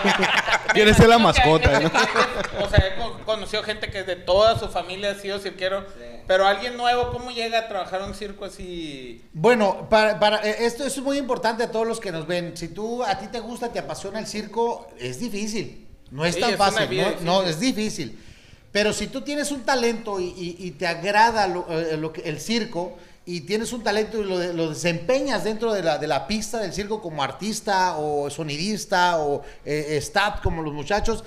Me
Quiere ser la
imagino que hay
mascota,
gente que- O sea, he co- conocido gente que de toda su familia ha sido cirquero. Pero alguien nuevo, ¿cómo llega a trabajar a un circo así?
Bueno, para, para, eh, esto es muy importante a todos los que nos ven. Si tú a ti te gusta, te apasiona el circo, es difícil. No es
Sí,
tan
es una
fácil.
vida
No, No,
difícil.
es difícil. Pero si tú tienes un talento y, y- y te agrada lo, eh, lo que- el circo y tienes un talento y lo, de- lo desempeñas dentro de la, de la pista del circo como artista o sonidista o eh, staff como los muchachos,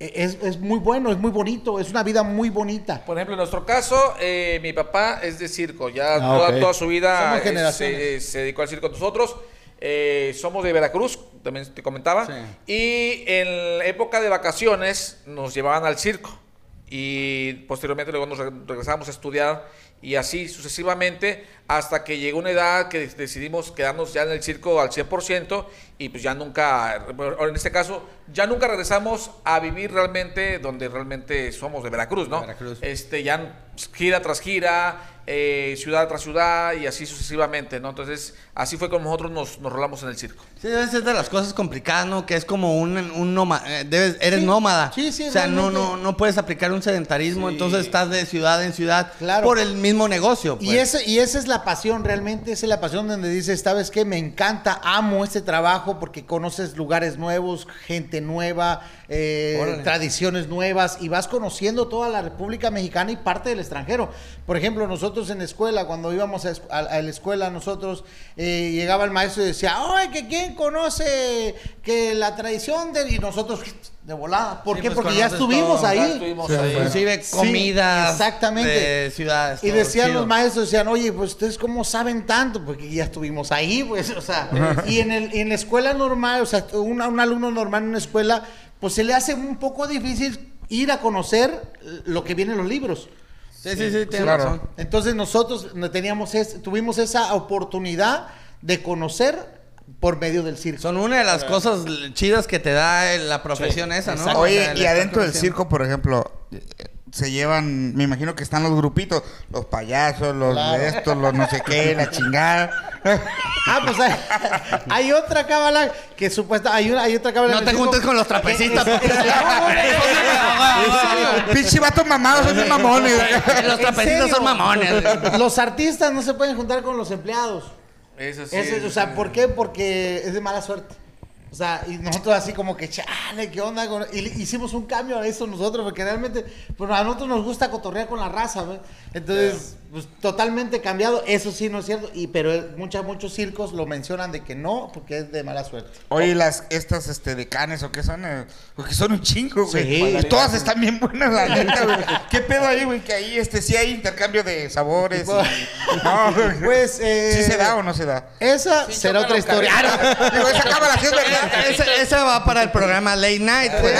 eh, es, es muy bueno, es muy bonito, es una vida muy bonita.
Por ejemplo, en nuestro caso, eh, mi papá es de circo. Ya
Ah,
toda,
ok.
toda su vida
Somos
eh,
generaciones.
se, eh, se dedicó al circo. Nosotros eh, somos de Veracruz, también te comentaba. Y en la época de vacaciones nos llevaban al circo. Y posteriormente luego nos re- regresábamos a estudiar y así sucesivamente hasta que llegó una edad que decidimos quedarnos ya en el circo al 100% y pues ya nunca, bueno, en este caso, ya nunca regresamos a vivir realmente donde realmente somos de Veracruz, ¿no?
Veracruz.
este, ya gira tras gira, eh, ciudad tras ciudad y así sucesivamente, ¿no? Entonces, así fue como nosotros nos, nos rolamos en el circo.
Sí, debe ser de las cosas complicadas, ¿no? Que es como un, un nómada. Eres
Sí.
nómada.
Sí, sí,
O sea, no,
realmente.
no, no puedes aplicar un sedentarismo, entonces estás de ciudad en ciudad
Claro.
por el mismo negocio.
Y,
pues.
ese- y esa es la pasión, realmente, esa es la pasión donde dices, ¿sabes qué? Me encanta, amo este trabajo porque conoces lugares nuevos, gente nueva, eh,
Órale.
tradiciones nuevas y vas conociendo toda la República Mexicana y parte del extranjero. Por ejemplo, nosotros en la escuela, cuando íbamos a, es- a- a la escuela, nosotros eh, llegaba el maestro y decía, ¡ay, que quién conoce que la tradición de... Y nosotros, de volada. ¿Por
Sí,
qué?
pues,
Porque ya
conoces
estuvimos
todo,
ahí.
Ya estuvimos
Sí,
ahí.
bueno.
Inclusive
Sí,
comidas
exactamente.
de ciudades.
Y
todo
decían
chido.
los maestros, decían, oye, pues ustedes cómo saben tanto, porque ya estuvimos ahí, pues, o sea, y en, el, en la escuela normal, o sea, un, un alumno normal en una escuela, pues se le hace un poco difícil ir a conocer lo que viene en los libros.
Sí, sí, sí, tienes
Claro.
razón.
Entonces nosotros no teníamos es- tuvimos esa oportunidad de conocer por medio del circo.
Son una de las cosas l- chidas que te da el- la profesión esa, ¿no? O sea,
Oye,
el
y adentro del
estar
circo, por ejemplo, se llevan, me imagino que están los grupitos, los payasos, los de estos, los no sé qué, la chingada.
Ah, pues hay, hay otra cábala que supuesta, hay, una, hay otra cábala.
No
en
te
el circo
juntes con los
que-
trapecistas,
que-
porque-
No, no, no, no.
Pinche vato mamado, son bien mamones.
conociendo. Los
¿En
trapecistas
serio?
son mamones.
Los artistas no se pueden juntar con los empleados.
Eso sí.
Eso, o sea, ¿por qué? Porque es de mala suerte. O sea, y nosotros así como que, chale, ¿qué onda? con-?" Y le- hicimos un cambio a eso nosotros, porque realmente, pues a nosotros nos gusta cotorrear con la raza, ¿ve? Entonces, pues totalmente cambiado, eso sí no es cierto, y pero eh, muchas, muchos circos lo mencionan de que no, porque es de mala suerte.
Oye, las, estas este, decanes o qué son, eh, porque son un chingo, güey.
Sí.
Todas están bien buenas, la neta, güey. ¿Qué pedo ahí, güey? Que ahí este, sí hay intercambio de sabores. y- No, güey.
Pues, eh,
¿Sí se da o no se da?
Esa será otra historia.
Digo, esa cámara sí es verdad.
Esa, esa va para el programa Late Night, güey.
pues.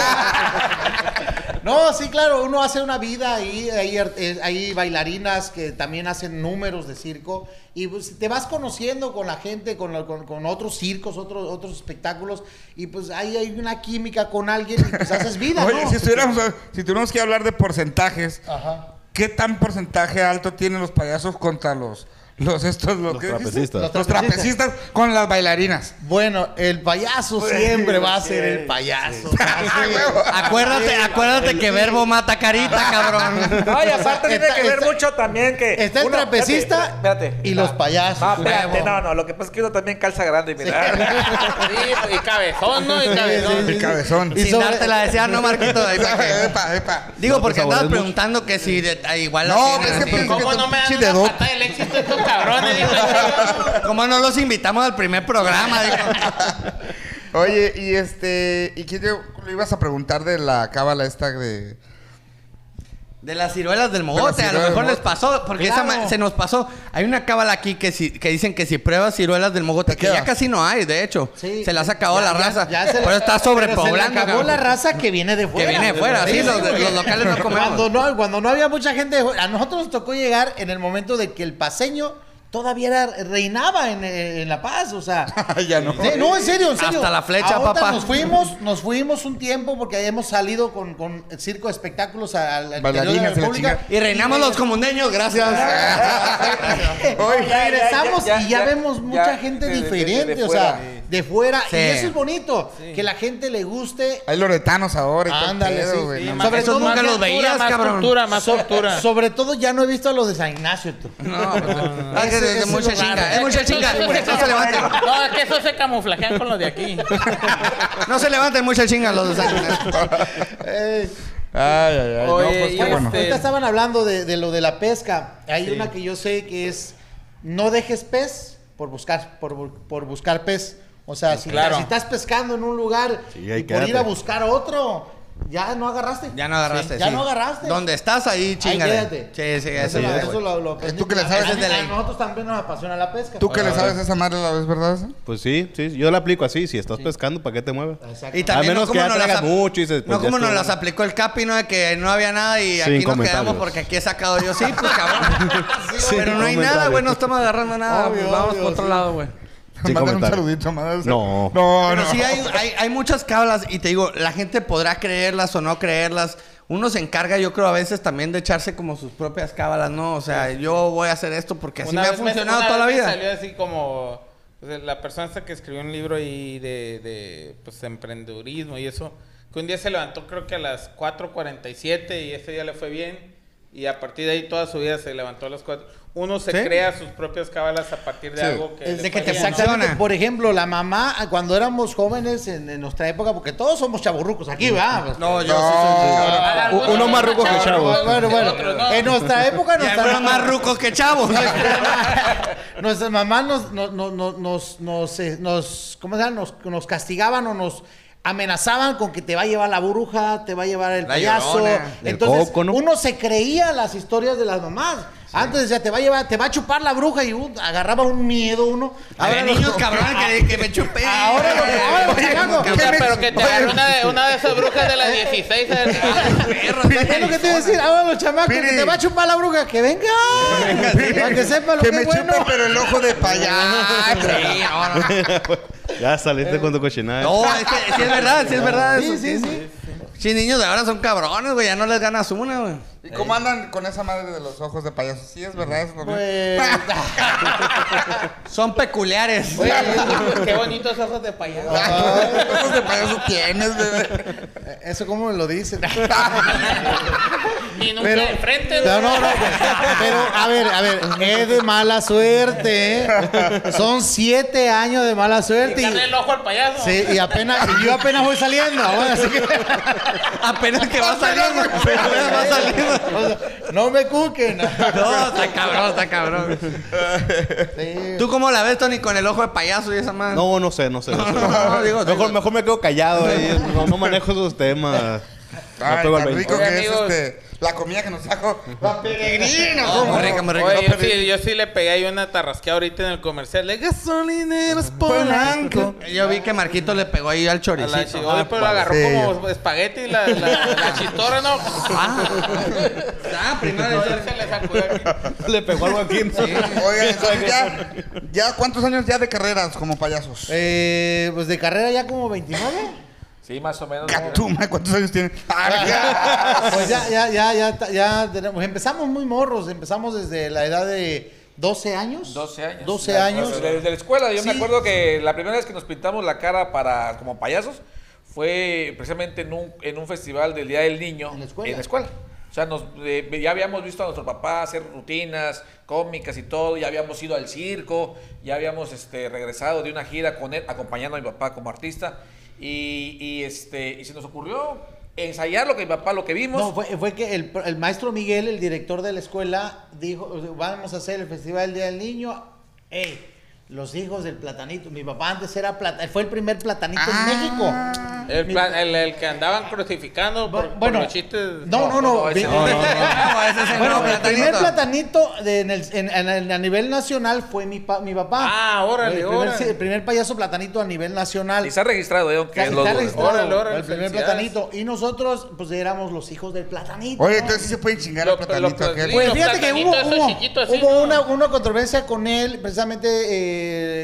No, sí, claro, uno hace una vida ahí, hay, ar- eh, hay bailarinas que también hacen números de circo y pues, te vas conociendo con la gente, con, la- con- con otros circos, otros, otros espectáculos y pues ahí hay una química con alguien y pues haces vida,
Oye,
¿no?
si, estuviéramos, a- si tuviéramos que hablar de porcentajes,
Ajá.
¿qué tan porcentaje alto tienen los payasos contra los, los estos, los,
Los
¿qué dijiste?
trapecistas.
Los, trapecistas con las bailarinas?
Bueno, el payaso siempre va a ser el payaso.
Ah, huevo.
Acuérdate, acuérdate que verbo mata carita, cabrón.
Ay, aparte tiene
Está-
que ver
está-
mucho también que.
Está el
uno-
trapecista
Espérate. espérate.
y los
No,
payasos.
espérate,
huevo.
no, no, lo que pasa es que uno también calza grande, mira.
Sí, y cabezón, ¿no? Y cabezón.
El cabezón.
Y
Sin
sobre-
darte la desear, no, Marquito. Ahí para que-
Epa, epa.
Digo, porque
sabores
andabas
mucho.
preguntando que si de- ah, igual. la
No,
tienen,
es que
sí.
pensé
¿Cómo no me
Pinche
dan
dedo.
una patada del éxito estos cabrones? Digo,
¿Cómo no los invitamos al primer programa? Digo.
Oye, y este, ¿y qué te le ibas a preguntar de la cábala esta de
De las ciruelas del
De las
mogote, a lo
ciruelas
mejor
del
les pasó, porque esa
Claro.
ma- se nos pasó. Hay una cábala aquí que, si- que dicen que si pruebas ciruelas del mogote,
¿Te
que ya
quedas?
casi no hay, de hecho.
Sí.
se las ha acabado
Ya-
la
ya-
raza.
ya se la-
pero está
pero se
sobrepoblando.
le acabó
cabrón.
la raza que viene de fuera.
viene de fuera, sí, los-
porque
los locales no comemos.
Cuando no, cuando no había mucha gente, de fuera, a nosotros nos tocó llegar en el momento de que el paseño todavía era- reinaba en, eh, en La Paz, o sea.
ya no.
Sí, no, en serio, en serio.
Hasta la flecha,
Ahorita
papá.
Nos fuimos, nos fuimos un tiempo porque hemos salido con, con el circo de espectáculos al al interior de la
Bailarinas y la
República.
chingada.
Y reinamos los comundeños,
Ah,
gracias. Ah,
Oye,
ya,
regresamos
ya, ya,
y ya,
ya,
vemos
ya,
mucha
de-
gente
de- de- de
diferente, o
fuera.
sea, de fuera.
Sí.
Y eso es bonito, que la gente le guste
hay loretanos ahora y todo el
Ándale,
pedo,
sí,
güey,
sí,
no
más-
mames.
Sobre
Esos
todo
nunca
más
los
cultura,
veías,
más
cabrón.
cultura, más
So-
cultura.
Sobre todo ya no he visto a los de San Ignacio. tú.
No, pues, es, que
Ese-
es
ese
mucha
lugar.
chinga, es mucha chinga. No se levanten,
No, es que eso se camuflajean con los de aquí.
no se levanten mucha chinga los dos
Eh,
Ay, ay, ay.
Oye,
no, pues
y
qué bueno.
este-
ahorita estaban hablando de, de lo de la pesca. Hay una que yo sé que es no dejes pez por buscar, por, bu- por buscar pez. O sea, si,
claro.
si estás pescando en un lugar
Sí, ahí
y por ir a
quédate.
buscar otro, ya no agarraste.
Ya no agarraste.
Sí, ya
sí.
no agarraste.
Donde estás ahí, chingale.
quédate.
Sí, sí, eso
Eso, lo,
es.
eso lo- lo aprendí.
tú que le
A-
sabes
a-
es de
a
ley.
nosotros también nos apasiona la pesca.
Tú que
Ah.
le sabes a esa madre la vez, ¿verdad? esa?
Pues sí, sí, yo la aplico así. Si estás pescando, ¿para qué te mueves?
Exacto.
Y también
A menos
no
que ya
como nos las
traigas
ap-
mucho y dices,
no
pues, ya
como nos
estuvo.
las aplicó el Capi, ¿no? De que no había nada
Sin
y aquí nos quedamos
comentarios.
porque aquí he sacado yo sí, pues cabrón. Sí,
Sin
pero no hay nada,
comentarios.
güey, no estamos agarrando nada.
Obvio,
pues, vamos
obvio,
por otro
sí.
lado, güey.
Sin
Mándale un
comentario.
saludito, mándale un sal-
No.
No,
Pero
Oh, no.
sí hay, hay, hay muchas cablas y te digo, la gente podrá creerlas o no creerlas. Uno se encarga, yo creo, a veces también de echarse como sus propias cábalas, ¿no? O sea, yo voy a hacer esto porque así
Una
me ha
vez
funcionado
una
toda la
vez me
vida.
Salió así como pues, la persona esta que escribió un libro y de, de pues emprendedurismo y eso. que que un día se levantó creo que a las 4.47 y ese día le fue bien. Y a partir de ahí toda su vida se levantó a las 4. Uno se
Sí.
crea sus propias cábalas a partir de
Sí.
algo que...
Desde
le
que
fue
te
bien, ¿no?
funciona.
Exactamente. Por ejemplo, la mamá, ah, cuando éramos jóvenes en, en nuestra época, porque todos somos chaburrucos aquí, ¿verdad? Pues,
No, yo
No.
Ah,
U- uno más ruco que chavo.
Bueno, bueno, Eh,
Otro, no.
en nuestra época,
Ya
nuestra
fueron más rucos que chavos.
Nuestras mamás nos, no- no- no- nos, nos, eh, nos- ¿cómo se llama? Nos, nos castigaban o nos amenazaban con que te va a llevar la bruja, te va a llevar el
La
payaso.
llorona.
El
Entonces,
coco, ¿no?
uno se creía las historias de las mamás. Antes decía, te va a llevar, te va a chupar la bruja y uh, agarraba un miedo uno.
Ahora
los-
niños cabrones que, que me chupé.
Ahora los- ahora los chamacos,
O sea, pero que te agarre una de, una de esas brujas de las 16. del-
Es lo que te iba a decir, ahora los chamacos, que
Piri.
te va a chupar la bruja, que venga. Para que sepa lo que,
Que me
es bueno.
chupe, pero el ojo de
Ah,
payaso.
Sí, ahora.
ya
Eh.
saliste con tu cochinada.
No, es que sí es verdad, sí es verdad.
Sí,
eso,
sí, sí.
Sí, niños de ahora son cabrones, güey. Ya no les ganas una, güey.
¿Y cómo andan con esa madre de los ojos de payaso? Sí, es verdad eso también.
Pues,
Son peculiares.
Oye, qué bonitos ojos de payaso.
Ah, ¿Qué ojos de payaso tienes, bebé?
Eh, eso como lo dicen.
Y nunca
Pero-
de frente.
No, no, no. Pero, a ver, a ver, es de mala suerte. ¿eh? Son siete años de mala suerte.
Quitarle el
Y,
ojo al payaso.
sí, y apenas, y yo apenas voy saliendo. ahora, así que,
Apenas que va saliendo. Apenas va saliendo.
o sea, no me cuquen.
No, está cabrón, está cabrón.
Sí.
¿Tú cómo la ves, Tony, con el ojo de payaso y esa madre?
No, no sé, no sé. no sé.
no, digo,
mejor,
digo.
mejor me quedo callado. eh, No, no manejo esos temas. No
Ay,
pego al
tan
veinte.
rico
Oye,
que es
amigos.
este, la comida que nos sacó la peregrina.
Oh,
¿cómo
muy
no?
rica, muy rica.
Oye, yo,
pedí.
sí, yo sí le pegué ahí una tarrasqueada ahorita en el comercial. De gasolineros
Pues
Pues,
polanco.
Yo vi que Marquito le pegó ahí al
A la
choricito. Ah,
chigote, pero agarró
sí.
como espagueti y la, la, la chistorra, ¿no?
Ah, primero.
Entonces se le sacudió aquí.
Le pegó algo aquí. ¿no?
Oigan, entonces ya, ya cuántos años ya de carreras como payasos.
Eh, pues de carrera ya como 29.
Sí, más o menos.
Catuma, ¿cuántos años tienen? Ah,
Pues ya, ya, ya, ya, ta- ya tenemos. Empezamos muy morros. Empezamos desde la edad de 12 años.
12 años.
12
Ya,
años.
Desde, desde la escuela, yo
Sí.
me acuerdo que la primera vez que nos pintamos la cara para como payasos fue precisamente en un, en un festival del Día del Niño.
En la escuela.
O sea, nos, eh, ya habíamos visto a nuestro papá hacer rutinas cómicas y todo, ya habíamos ido al circo, ya habíamos este, regresado de una gira con él, acompañando a mi papá como artista. Y, y, este, y se nos ocurrió ensayar lo que mi papá, lo que vimos.
No, fue, fue que el, el maestro Miguel, el director de la escuela, dijo, vamos a hacer el Festival del Día del Niño. ¡Ey! Los hijos del platanito. Mi papá antes era plata, fue el primer platanito en México.
El, plan- el, el que andaban crucificando por, por
bueno,
los chistes.
no, no, no.
ese
vi-
no, no, no.
ese es el
Bueno,
nuevo
el primer
platanito.
platanito de- en el- en- en el- a nivel nacional fue mi, pa- mi papá.
Ah, órale,
el primer,
órale.
sí, el primer payaso platanito a nivel nacional.
Y se ha registrado, eh, aunque
Está-
lo
está
dudo.
registrado,
Órale, órale,
el primer
felicidades.
platanito. Y nosotros, pues éramos los hijos del platanito.
Oye,
¿no?
entonces sí se pueden chingar
Lo-
al platanito
lo-
aquel.
lo-
Pues
Los
fíjate que hubo,
platanitos esos
hubo-
chiquitos así,
hubo
¿no?
una, una controversia con él, precisamente eh,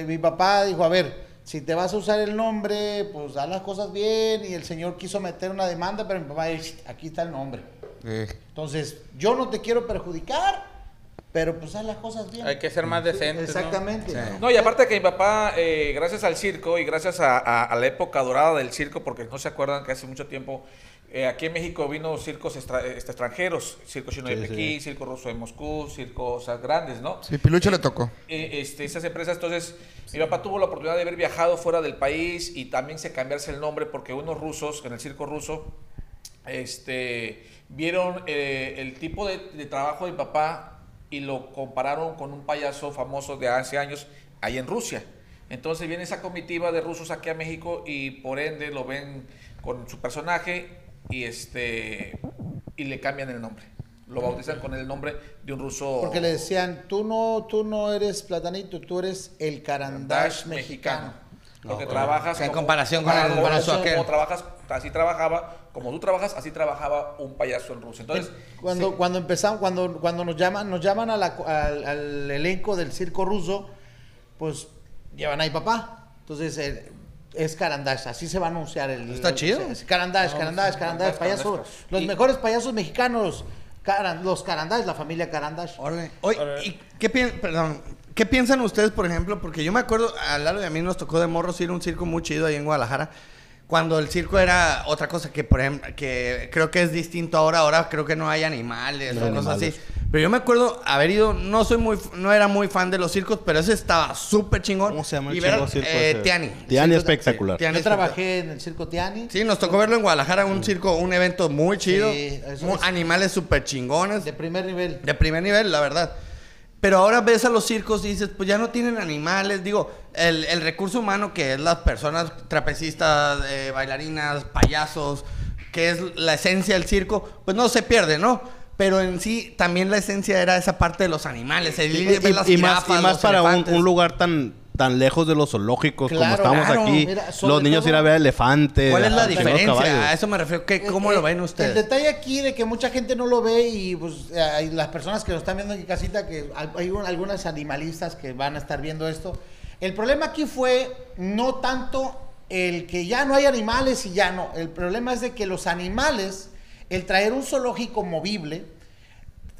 mi papá dijo, a ver, si te vas a usar el nombre, pues haz las cosas bien, y el señor quiso meter una demanda, pero mi papá dijo, "Shh, aquí está el nombre.
Eh,
Entonces, yo no te quiero perjudicar, pero pues haz las cosas bien.
Hay que ser más decentes. ¿no?
Exactamente.
No, y aparte que mi papá, eh, gracias al circo y gracias a, a- a la época dorada del circo, porque no se acuerdan que hace mucho tiempo eh, aquí en México vino circos extra- este, extranjeros, circo chino de Pekín, circo ruso de Moscú, circos grandes, ¿no?
Sí, Pilucho le tocó.
eh, este, esas empresas. Entonces, mi papá tuvo la oportunidad de haber viajado fuera del país y también se cambiarse el nombre porque unos rusos, en el circo ruso, este, vieron eh, el tipo de, de trabajo de mi papá y lo compararon con un payaso famoso de hace años ahí en Rusia. Entonces viene esa comitiva de rusos aquí a México y por ende lo ven con su personaje y este y le cambian el nombre. Lo bautizan con el nombre de un ruso.
Porque le decían, tú no, tú no eres platanito, tú eres el carandash
Dash
mexicano.
mexicano. Porque trabajas.
en comparación con
Ah,
el
como-
ruso
como
aquel.
trabajas, así trabajaba, como tú trabajas, así trabajaba un payaso en Rusia. Entonces,
Eh, Cuando,
sí,
cuando empezamos, cuando, cuando nos llaman, nos llaman a la co- al, al elenco del circo ruso, pues llevan ahí papá. Entonces eh, es Carandash, así se va a anunciar el.
Está
el-
chido.
es Carandash, Carandash, Carandash,
Carandash,
payaso.
Carandash.
Los
Y-
mejores payasos mexicanos, Caran- los Carandash, la familia Carandash.
Órale. Oye, ¿y qué, pien- perdón, qué piensan ustedes, por ejemplo? Porque yo me acuerdo, a Lalo y a mí nos tocó de morros ir a un circo muy chido ahí en Guadalajara. Cuando el circo era otra cosa que, por ejemplo, que creo que es distinto ahora, ahora creo que no hay animales o cosas así. Pero yo me acuerdo haber ido, no soy muy, no era muy fan de los circos, pero ese estaba súper chingón.
¿Cómo se llama el
Y ver al-
chingón circo
eh,
ese?
Tiani.
Tiani
Circo-
espectacular.
sí, Tiani
Yo
espectacular.
trabajé en el circo Tiani.
Sí, nos tocó verlo en Guadalajara, un circo, un evento muy chido.
Sí, eso
Mu-
es-
Animales súper chingones.
De primer nivel.
De primer nivel, la verdad. Pero ahora ves a los circos y dices, pues ya no tienen animales. Digo, el, el recurso humano que es las personas, trapecistas, eh, bailarinas, payasos, que es la esencia del circo, pues no se pierde, ¿no? Pero en sí, también la esencia era esa parte de los animales. El ir y ver las
y, más,
jirafas,
y más
los
para un,
elefantes.
un lugar tan tan lejos de los zoológicos
Claro,
como estamos
claro.
aquí.
Mira, sobre
los niños
todo-
ir a ver elefantes.
¿Cuál es la
a- que los
diferencia? Ah,
caballos.
A eso me refiero. ¿Qué, ¿Cómo
Eh,
lo
eh,
ven ustedes?
El detalle aquí de que mucha gente no lo ve y pues eh, hay las personas que lo están viendo en casita, que hay- hay un- algunas animalistas que van a estar viendo esto. El problema aquí fue no tanto el que ya no hay animales y ya no. El problema es de que los animales, el traer un zoológico movible,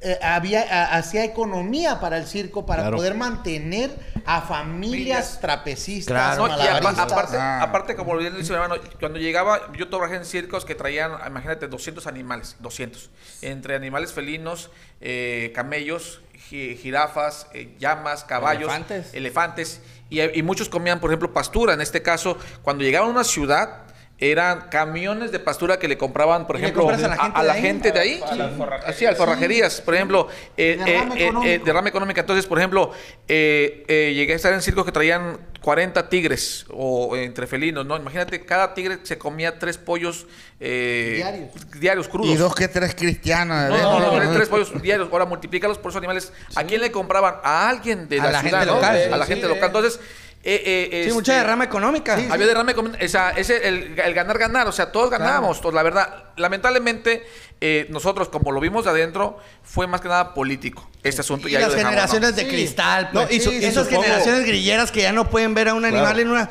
eh, había, ha- hacía economía para el circo para
Claro.
poder mantener a familias
Familias.
trapecistas,
Claro.
No, y apa-
malabaristas.
aparte,
Ah.
aparte, como bien dice mi hermano, cuando llegaba, yo trabajé en circos que traían, imagínate, 200 animales, 200. Entre animales felinos, eh, camellos, ji- jirafas, eh, llamas, caballos,
Elefantes.
elefantes, y, y muchos comían, por ejemplo, pastura. En este caso, cuando llegaban a una ciudad, eran camiones de pastura que le compraban, por
Y le
ejemplo,
compras a la
a,
gente
a
de
la
ahí.
gente de ahí.
A las forrajerías.
Sí, alforrajerías. Por ejemplo, eh, eh,
Derrame
eh, eh,
económico.
derrame económica. Entonces, por ejemplo, eh, eh, llegué a estar en circos que traían 40 tigres o eh, entre felinos, ¿no? Imagínate, cada tigre se comía tres pollos eh,
Diarios.
diarios crudos.
Y dos que tres cristianos.
No,
¿eh?
no, no, tres, tres pollos diarios. Ahora multiplícalos por esos animales. ¿A quién le compraban? A alguien de
A
la,
la
ciudad,
gente
¿no?
local.
A la
Sí,
gente
sí,
local.
eh.
Entonces, eh, eh,
Sí,
este,
mucha derrama económica.
había derrame económico, o sea, ese, el, el ganar, ganar, o sea, todos ganábamos, todos, la verdad. Lamentablemente, eh, nosotros, como lo vimos de adentro, fue más que nada político este asunto.
Y
ahí
las
lo dejamos, ¿no?
generaciones de
Sí.
cristal, pues.
No, y su- y
esas
supongo-
generaciones grilleras que ya no pueden ver a un animal
Claro.
en una.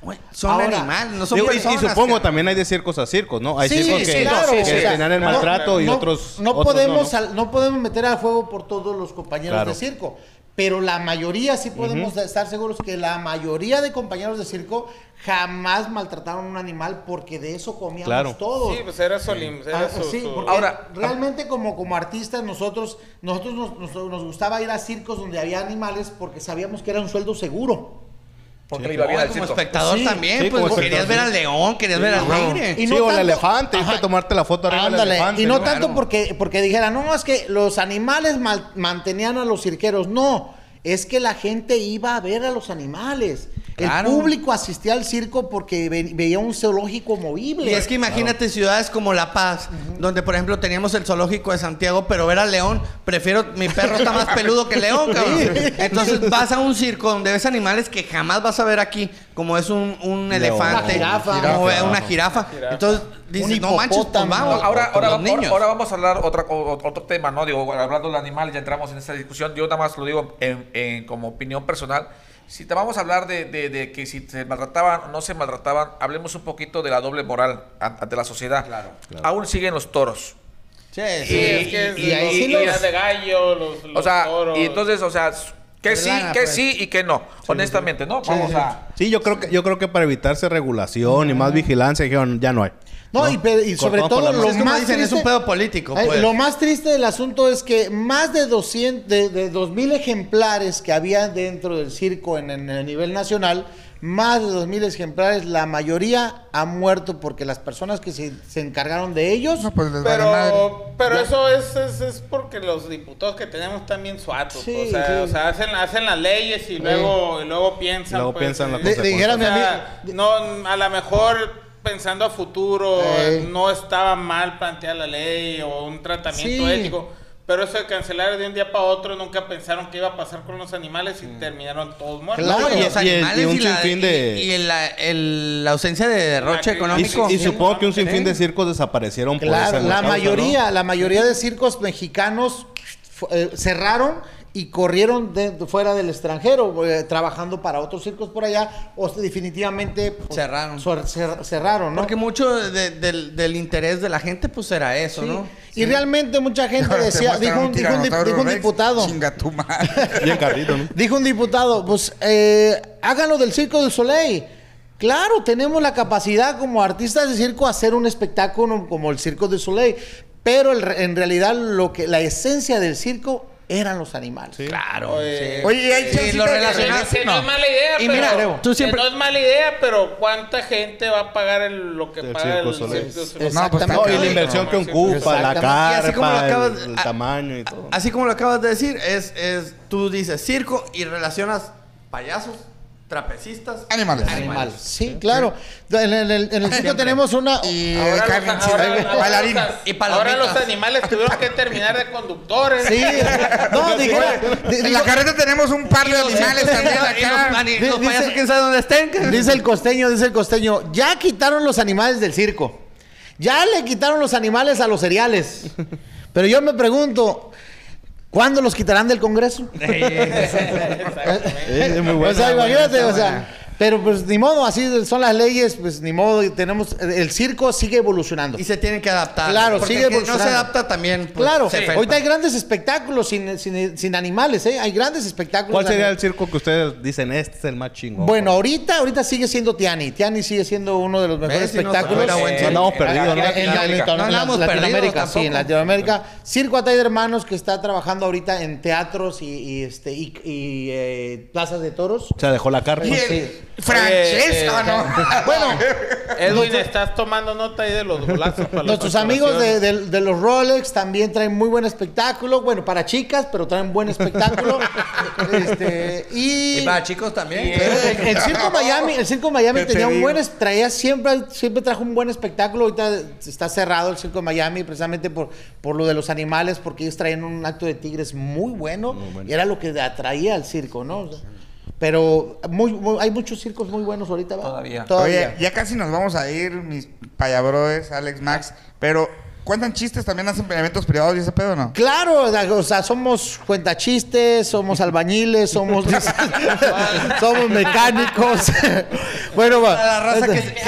Güey, son
Ahora,
animales, no son
Digo, y- y,
personas.
supongo
cara.
también hay de circos a circos, ¿no? Hay
Sí,
circos
sí,
que,
claro,
que
o sea,
frenan el
no-
maltrato y
no-
otros.
No
otros
podemos,
¿no?
al- no podemos meter a fuego por todos los compañeros
Claro.
de circo. Pero la mayoría sí podemos estar seguros que la mayoría de compañeros de circo jamás maltrataron a un animal porque de eso comíamos
Claro.
todos.
Sí, pues era Solim.
Ah,
Era su,
sí,
su-
porque
Ahora-
realmente como, como artistas nosotros, nosotros nos, nos- nos gustaba ir a circos donde había animales porque sabíamos que era un sueldo seguro.
Porque le iba bien
Ay,
al
como
circo.
espectador
Sí,
también,
sí,
pues
como
querías ver
espectador,
al león, querías ver al
Ajá.
tigre.
sí,
y no
o el
tanto-
elefante, irte
Ajá.
a tomarte la foto arriba del
Ándale,
elefante.
Y no
Claro.
tanto porque, porque dijera, no, es que los animales mal- mantenían a los cirqueros. No, es que la gente iba a ver a los animales.
Claro.
El público asistía al circo porque ve- veía un zoológico movible.
Y es que imagínate ciudades como La Paz, donde por ejemplo teníamos el zoológico de Santiago, pero ver al león, prefiero, mi perro está más peludo que el león, cabrón. Entonces vas a un circo donde ves animales que jamás vas a ver aquí, como es un, un elefante,
jirafa.
como
Jirafa.
una jirafa.
Jirafa.
Entonces dices, no manches, pues,
hipopótamo.
vamos.
Ahora,
con
ahora,
los
vamos-
niños.
ahora vamos a hablar otra, o- otro tema, ¿no? Digo, hablando de animales, ya entramos en esta discusión. Yo nada más lo digo en- en- como opinión personal. Si te vamos a hablar de, de- de que si se maltrataban o no se maltrataban, hablemos un poquito de la doble moral a- ante la sociedad. Aún siguen los toros.
Sí,
Sí,
sí.
es que
y- y
los,
ahí-
los
y-
de gallo, los, los
O sea,
toros.
y entonces, o sea, que
Pues
sí,
lana,
que
pues.
sí y que no. honestamente, ¿no? Vamos a.
Sí, yo creo que yo creo que para evitarse regulación y más vigilancia dijeron ya no hay.
No, y, pe- y
Cortamos
sobre
por
todo
la
lo
mano.
Es como
más
dicen, es
triste-
un pedo político.
Ay,
pues.
Lo más triste del asunto es que más de 200, de, de 2.000 ejemplares que había dentro del circo en, en el nivel nacional, más de 2.000 ejemplares, la mayoría ha muerto porque las personas que se, se encargaron de ellos...
No, pues les vale madre.
Pero, pero eso es, es, es porque los diputados que tenemos están bien suatos.
Sí,
o sea,
sí.
o sea, hacen, hacen las leyes y luego, y luego piensan.
Luego piensan la
eh,
cosa.
le- le dijeron
o
a mí-
sea, no, a lo mejor pensando a futuro
Eh.
no estaba mal plantear la ley o un tratamiento
Sí.
ético. Pero eso de cancelar de un día para otro nunca pensaron que iba a pasar con los animales y terminaron todos muertos.
Claro,
No,
y
y-
los
y el- y
animales y
un
la-
sinfín de-
y- y la el- la ausencia de derroche
La-
Y,
económico.
su- y
Sí.
supongo que un sinfín de circos desaparecieron
Claro,
por esa
la
pues, causa,
mayoría,
¿no?
la mayoría de circos mexicanos fu- eh, cerraron y corrieron de, fuera del extranjero, eh, trabajando para otros circos por allá, o se- definitivamente pues,
Cerraron.
cer- cer- cerraron, ¿no?
Porque mucho de- del, del interés de la gente, pues era eso,
Sí.
¿no?
Y realmente mucha gente decía,
Te
dijo
muestran
un, dijo un dip-
tiranosaurio
dijo un
Rex,
diputado,
Chinga tu madre.
Bien carrito, ¿no?
dijo un diputado, pues eh, háganlo del Circo del Soleil. Claro, tenemos la capacidad como artistas de circo hacer un espectáculo como el Circo de Soleil, pero el re- en realidad lo que la esencia del circo eran los animales.
Claro.
Oye,
Oye, ¿y hay chancita
lo
de-
relacionas-
Que no.
No.
es mala idea,
Y
pero
mira, tú
que
siempre-
no es mala idea, pero ¿cuánta gente va a pagar el- lo que
El
paga
Circo
el
Soleil.
Circo Soleil?
No, pues,
Exactamente.
No, y la inversión que ocupa, la
Y
Exactamente.
así como lo
carpa,
acabas-
el, el
a-
tamaño y todo.
Así como lo acabas de decir, es, es tú dices circo y relacionas payasos, trapecistas,
Animales.
Animal. Sí, claro. En el, en el- en el circo tenemos una...
Y
Ahora los-
Carmen, sí,
ahora- ahora
bailarín.
los-
Y
Ahora
palomitas.
los animales tuvieron que terminar de conductores.
Sí. No, dijera... di-
En la
digo-
carreta tenemos un par de animales también acá.
Ani-
Di-
los
dice-
payasos quién sabe dónde estén.
Dice el costeño, dice el costeño, ya quitaron los animales del circo. Ya le quitaron los animales a los cereales. Pero yo me pregunto, ¿cuándo los quitarán del Congreso?
Es muy
o sea,
buena.
imagínate, o sea, pero pues ni modo, así son las leyes, pues ni modo, y tenemos el circo sigue evolucionando.
Y se tienen que adaptar.
Claro,
Porque
sigue
el que no se
evolucionando.
adapta también. pues,
Claro,
se felpa.
ahorita hay grandes espectáculos sin, sin- sin animales, ¿eh? Hay grandes espectáculos.
¿Cuál sería
animales.
el circo que ustedes dicen este es el más chingón?
Bueno, ahorita, ahorita sigue siendo Tiani. Tiani sigue siendo uno de los mejores
¿Ves? Si no
espectáculos.
fuera buen
Eh,
circo.
andamos
eh,
perdidos,
en-
¿no?
en- en-
Latinoamérica.
en- en-
No andamos
en Latinoamérica,
perdidos
sí, en
tampoco.
Latinoamérica. Circo Atay de Hermanos que está trabajando ahorita en teatros y, y, este, y, y, eh, plazas de toros.
O sea, dejó la carpa.
Y el-
Sí.
Francesca,
Oye,
¿no? Bueno,
Edwin, estás tomando nota ahí de los golazos. para la
Nuestros amigos de, de- de los Rolex también traen muy buen espectáculo. Bueno, para chicas, pero traen buen espectáculo. Este, y,
Y para chicos también.
Pero Eh, el, el Circo Miami, el Circo Miami
¿Qué te
tenía un
digo?
buen es- traía siempre siempre trajo un buen espectáculo. Ahorita está cerrado el Circo Miami precisamente por por lo de los animales porque ellos traían un acto de tigres muy bueno, y era lo que atraía al circo, ¿no? O sea, pero muy, muy- hay muchos circos muy buenos ahorita. ¿verdad?
Todavía.
Todavía.
Oye, ya casi nos vamos a ir, mis payabroes, Alex, Max, pero ¿cuentan chistes? ¿También hacen eventos privados y ese pedo no?
Claro, da- o sea, somos cuentachistes, somos albañiles, somos somos mecánicos. bueno, va.
Para Pues, la raza que,
Sí.
que- que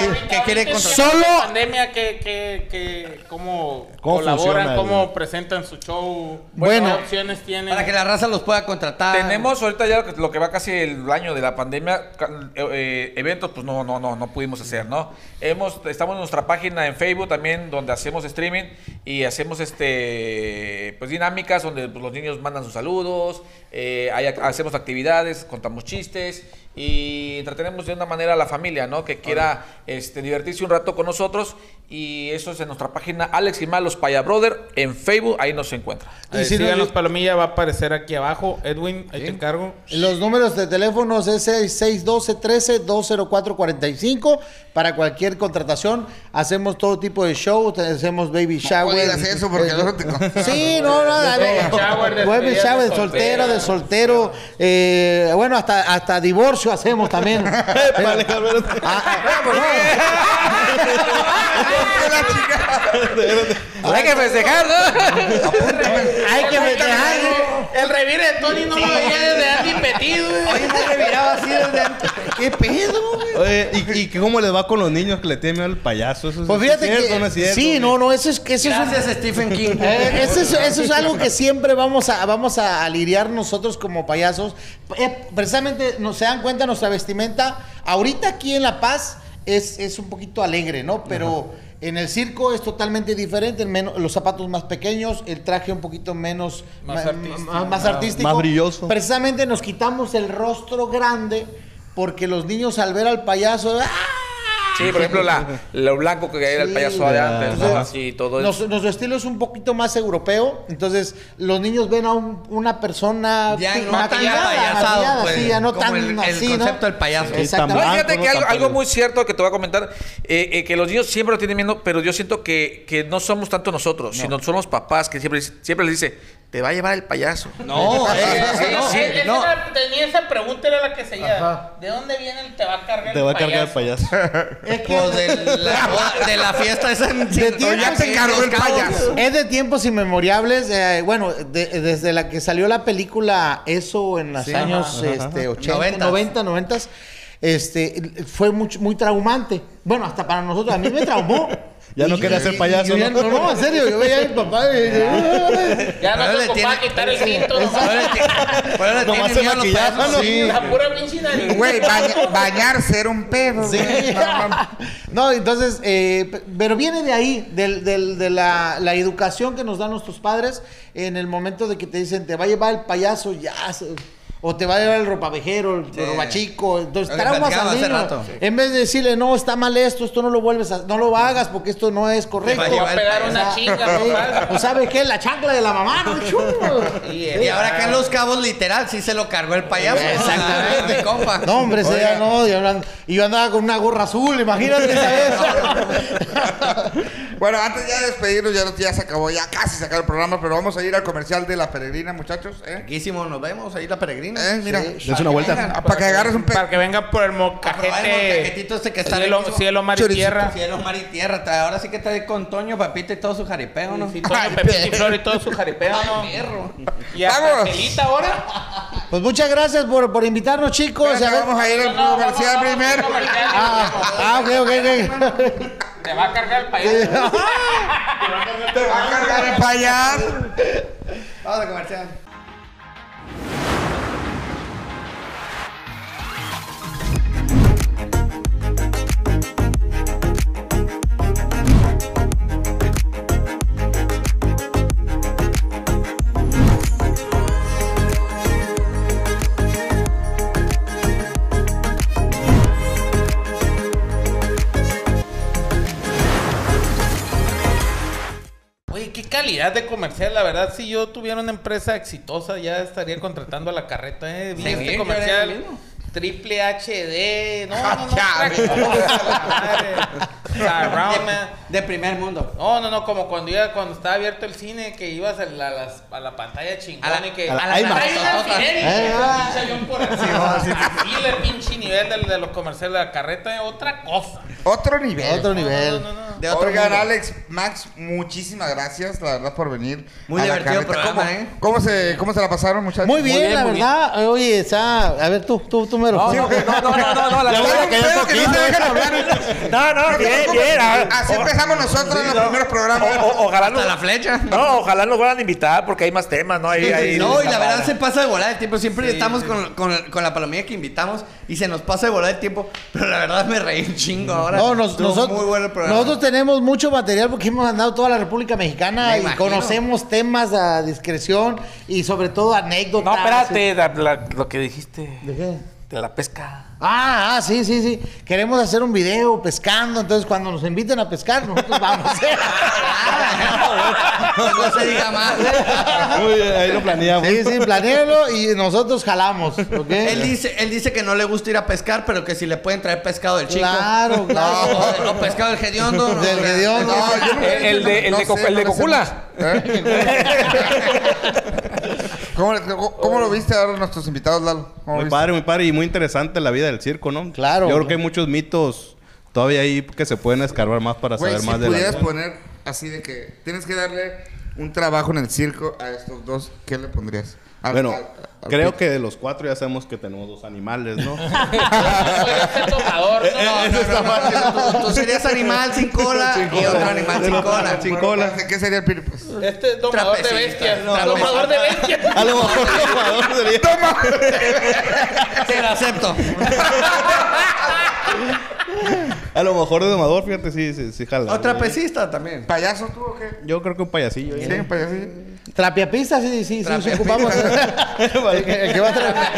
quiere
Ahorita,
contratar.
Solo-
la pandemia que, que, que cómo,
¿Cómo
colaboran,
funciona el-
cómo presentan su show,
Bueno.
qué opciones tienen.
Para que la raza los pueda contratar.
Tenemos ahorita ya lo que- lo que va casi el año de la pandemia, ca- eh, eh, eventos pues no, no, no, no pudimos hacer, ¿no? Hemos, estamos en nuestra página en Facebook también donde hacemos streaming y hacemos este pues dinámicas donde pues, los niños mandan sus saludos, eh, hay ac- hacemos actividades, contamos chistes y entretenemos de una manera a la familia, ¿no? Que quiera este, divertirse un rato con nosotros y eso es en nuestra página Alex y Malos Paya Brother en Facebook, ahí nos encuentra.
Eh,
Y si no-
síganos, Palomilla, va a aparecer aquí abajo. Edwin, ahí te encargo.
Los números de teléfonos es 612-13-204-45 para cualquier contratación. Hacemos todo tipo de show, te- hacemos baby shower.
digas eso, porque
Eh,
luego te-
Sí, no, no, dale.
Baby shower, despedida
Baby shower,
de
de soltero, de soltero. eh, bueno, hasta, hasta divorcio hacemos también.
Vale, cabrón.
Ah.
Hay que festejar, ¿no?
Hay que meter
El revir de Tony no lo veía desde Andy Petit, güey.
¿Qué pedo, güey?
Oye, ¿y, y cómo les va con los niños que le tienen miedo al payaso? Eso es-
Pues fíjate
¿es cierto,
que.
no es cierto?
sí, no, no, eso es, que eso es un
Gracias, Stephen King.
Eh, eso, es, eso es algo que siempre vamos a, vamos a, a lidiar nosotros como payasos. Eh, precisamente nos se dan cuenta nuestra vestimenta. Ahorita aquí en La Paz es, es un poquito alegre, ¿no? Pero en el circo es totalmente diferente. el menos- los zapatos más pequeños, el traje un poquito menos...
Más
ma-
artístico.
ma- más artístico.
Más brilloso.
Precisamente nos quitamos el rostro grande porque los niños al ver al payaso... ¡ah!
Sí, por ejemplo, la, lo blanco que era el
Sí,
payaso de antes,
Entonces,
¿no? Así todo eso.
nos- Nuestro estilo es un poquito más europeo, entonces los niños ven a un- una persona
Ya
pi-
no tan
maquillada,
payasado,
maquillada,
pues,
sí, ya no
como
tan
el- el
así, ¿no?
concepto del payaso.
Sí,
No,
Exactamente.
Blanco,
fíjate
¿no?
que algo,
Tampoco.
algo muy cierto que te voy a comentar, eh, eh, que los niños siempre lo tienen viendo, pero yo siento que, que no somos tanto nosotros, sino son los papás que siempre, siempre les dice, te va a llevar el payaso.
No, eh,
Sí,
no,
sí, esa
no.
era- tenía esa pregunta, era la que seguía. ¿De dónde viene el te va a cargar
Te va a cargar el payaso.
Es que-
Pues de la, boda- de la fiesta esa en
tiempo,
Oye,
ya te
sí,
encargó el
Los Cabos.
payaso.
Es de tiempos inmemorables, eh, bueno, de- desde la que salió la película Eso en los años este, 80,
Noventas.
90, 90, este, fue mucho- muy traumante. Bueno, hasta para nosotros, a mí me traumó.
Ya no quería ser payaso,
yo ya-
¿no?
¿no? no, en serio, yo veía a mi papá y
Ya no
Ahora le
se ocupaba
tiene-
quitar el cinto. nomás.
Ahora te-
Nomás
ahora tienen
se
miedo a los
maquillaban,
payasos.
¿no?
Sí.
La pura pinche nariz.
Güey, baña- bañarse era un pedo.
Sí.
güey. No, no, no.
No, entonces, eh, pe- pero viene de ahí, del- del- de la, la educación que nos dan nuestros padres en el momento de que te dicen, te va a llevar el payaso, ya, se- o te va a llevar el ropavejero, el
Sí.
robachico. Entonces,
Lo que
traumas
platicaba
al
hace
niño.
rato. Sí.
En vez de decirle, no, está mal esto, esto no lo vuelves a, no lo hagas porque esto no es correcto.
Te va a llevar el
pegar
O sea,
una chinga,
sí.
papá.
O sabes qué, la chancla de la mamá, no, Chum.
Sí,
Y ahora acá en Los Cabos, literal, sí se lo cargó el payaso. Exactamente. Mi compa.
No, hombre, ese
Oiga,
día no, y hablando- y yo andaba con una gorra azul, imagínate esa vez.
Bueno, antes ya de despedirnos, ya, ya se acabó, ya casi se acabó el programa, pero vamos a ir al comercial de La Peregrina, muchachos. ¿eh?
Riquísimo, nos vemos ahí la peregrina.
Eh, mira.
Dense una vuelta.
Ah, para que agarres un
Para
pedo.
que venga por el
Aprobar el
mocajete.
molcajetito este que está
Cielo,
riquísimo.
cielo, mar y
Choricito.
tierra.
Cielo, mar y tierra. trae- Ahora sí que está con Toño, Papita y todo su jaripeo, ¿no?
Y Toño, Pepito y Flor y todo su jaripeo, ¿no?
Perro.
Y hasta
Vamos.
Angelita ahora.
Pues muchas gracias por, por invitarnos, chicos.
Espérate,
A ver-
vamos a ir al comercial primero.
Ah, ah, ok, ok, ok.
Te va a cargar el payaso.
Te va a cargar el payaso.
Vamos a comercial.
Oye, qué calidad de comercial. La verdad, si yo tuviera una empresa exitosa, ya estaría contratando a la carreta. ¿eh? Vi
Sí,
este
bien, ya era
comercial.
lo mismo.
Triple HD. No, no, no.
Ya,
otra cosa, la madre. Surround, man.
De primer mundo.
No, no, no, como cuando iba, cuando estaba abierto el cine, que ibas a la, las- a la pantalla chingona
A la-
y que...
a la-
Trae un
IMAX.
alfiler y
Eh, ah.
pinche avión por encima. Y el pinche nivel del- de, los comerciales de la carreta es otra cosa.
Otro nivel.
Otro nivel.
No, no, no.
De otro
Oigan,
mundo.
Alex, Max, muchísimas gracias, la verdad, por venir.
Muy
a la
divertido
carreta.
programa,
¿Cómo,
¿eh?
¿cómo, se, ¿Cómo se la pasaron, muchachos?
Muy bien, la
muy bien.
verdad. Eh, Oye, está. A ver, tú, tú, tú mero.
Sí, ok, no, no, no, no, no, la verdad que ustedes que no se dejan hablar.
No,
No
no,
te
bien,
preocupes,
bien. ah,
Así empezamos nosotros en los primeros programas.
o- o- ojalá
Hasta
nos-
la flecha.
No, ojalá nos vuelvan a invitar porque hay más temas, ¿no? Ahí- ahí-
No, y la verdad se pasa de volar el tiempo. Siempre estamos Con, con- con la palomilla que invitamos y se nos pasa de volar el tiempo. Pero la verdad me reí un chingo ahora.
No, nos-
Estuvo
nosotros,
Muy bueno el programa.
nosotros tenemos mucho material porque hemos andado toda la República Mexicana
Me
y
imagino.
conocemos temas a discreción y sobre todo anécdotas.
No, espérate, la- la- lo que dijiste
¿De qué?
de la pesca.
Ah, ah, sí, sí, sí. Queremos hacer un video pescando, entonces cuando nos inviten a pescar, nosotros vamos.
Ah, no se diga más.
Uy, ahí lo planeamos.
Sí, sí, planealo y nosotros jalamos, ¿ok?
Él dice, él dice que no le gusta ir a pescar, pero que si le pueden traer pescado del chico.
Claro, claro.
O, de- o pescado del hediondo. ¿no?
Del hediondo.
No,
yo nunca
El-
he
el
dicho,
de- el de Coco- el de
lo
Cocula.
hacemos. ¿Eh? ¿Cómo, le- cómo- cómo lo viste ahora nuestros invitados, Lalo? ¿Cómo
Muy
viste?
padre, muy padre y muy interesante la vida del circo, ¿no?
Claro.
Yo creo que hay muchos mitos todavía ahí que se pueden escarbar más para
Güey,
saber
si
más de
pudieras
la
poner así de que tienes que darle un trabajo en el circo a estos dos, ¿qué le pondrías? Al-
Bueno,
al- al
creo
pito.
que de los cuatro ya sabemos que tenemos dos animales, ¿no?
Soy este tomador, ¿no?
Eso está mal.
Tú, tú serías animal sin cola y otro animal sin cola.
Sin
Bueno,
cola.
pues, ¿Qué sería el pito? Pues?
Este es domador de
Trapecista,
bestias.
no,
domador de bestias.
A lo mejor tomador sería-
Te lo acepto.
A lo mejor de domador, fíjate, sí, sí, sí jala.
O trapecista también.
¿Payaso tú o qué?
Yo creo que un payasillo. ¿eh?
Sí, un payasillo.
Trapeapista, sí, sí, sí, sí,
Trapeapista.
ocupamos. el, que, el que va a trapear.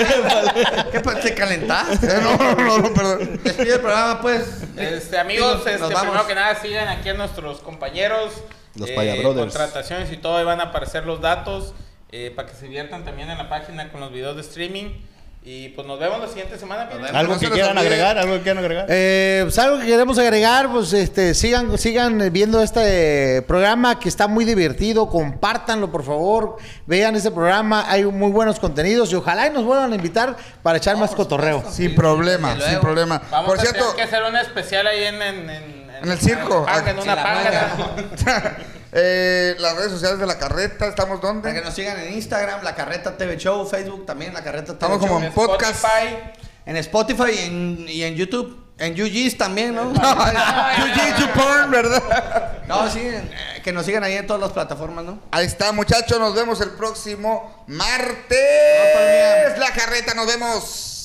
¿Qué pues, te calentaste?
Eh, no, no, no, no, perdón.
Despide el programa, pues.
Este, amigos,
Nos
este,
vamos.
primero que nada sigan aquí a nuestros compañeros. eh,
Los Paya Brothers.
Contrataciones y todo, ahí van a aparecer los datos eh, para que se diviertan también en la página con los videos de streaming. Y pues nos vemos la siguiente semana. Piri.
vemos.
¿Algo
No
que
se les
quieran
olvide.
agregar? ¿Algo que quieran agregar?
Eh, pues algo que queremos agregar, pues este, sigan, sigan viendo este programa que está muy divertido, compártanlo por favor, vean este programa, hay muy buenos contenidos y ojalá y nos vuelvan a invitar para echar más cotorreo.
Sin problema,
luego.
sin problema.
Vamos
Por
a
cierto,
tener que hacer un especial ahí en, en, en,
En el circo.
En,
Ah,
en una
en la
página.
eh, las redes sociales de la carreta, ¿estamos
Para que
dónde?
nos sigan en Instagram, La Carreta TV Show, Facebook también, La Carreta TV
Estamos
Show.
como en podcast.
Spotify.
En Spotify y en, y en YouTube. En UGs también, ¿no?
Ah,
UGs, YouPorn, ¿verdad? No, sí, en- eh, que nos sigan ahí en todas las plataformas, ¿no?
Ahí está, muchachos. Nos vemos el próximo martes.
No, pues, bien.
La carreta, nos vemos.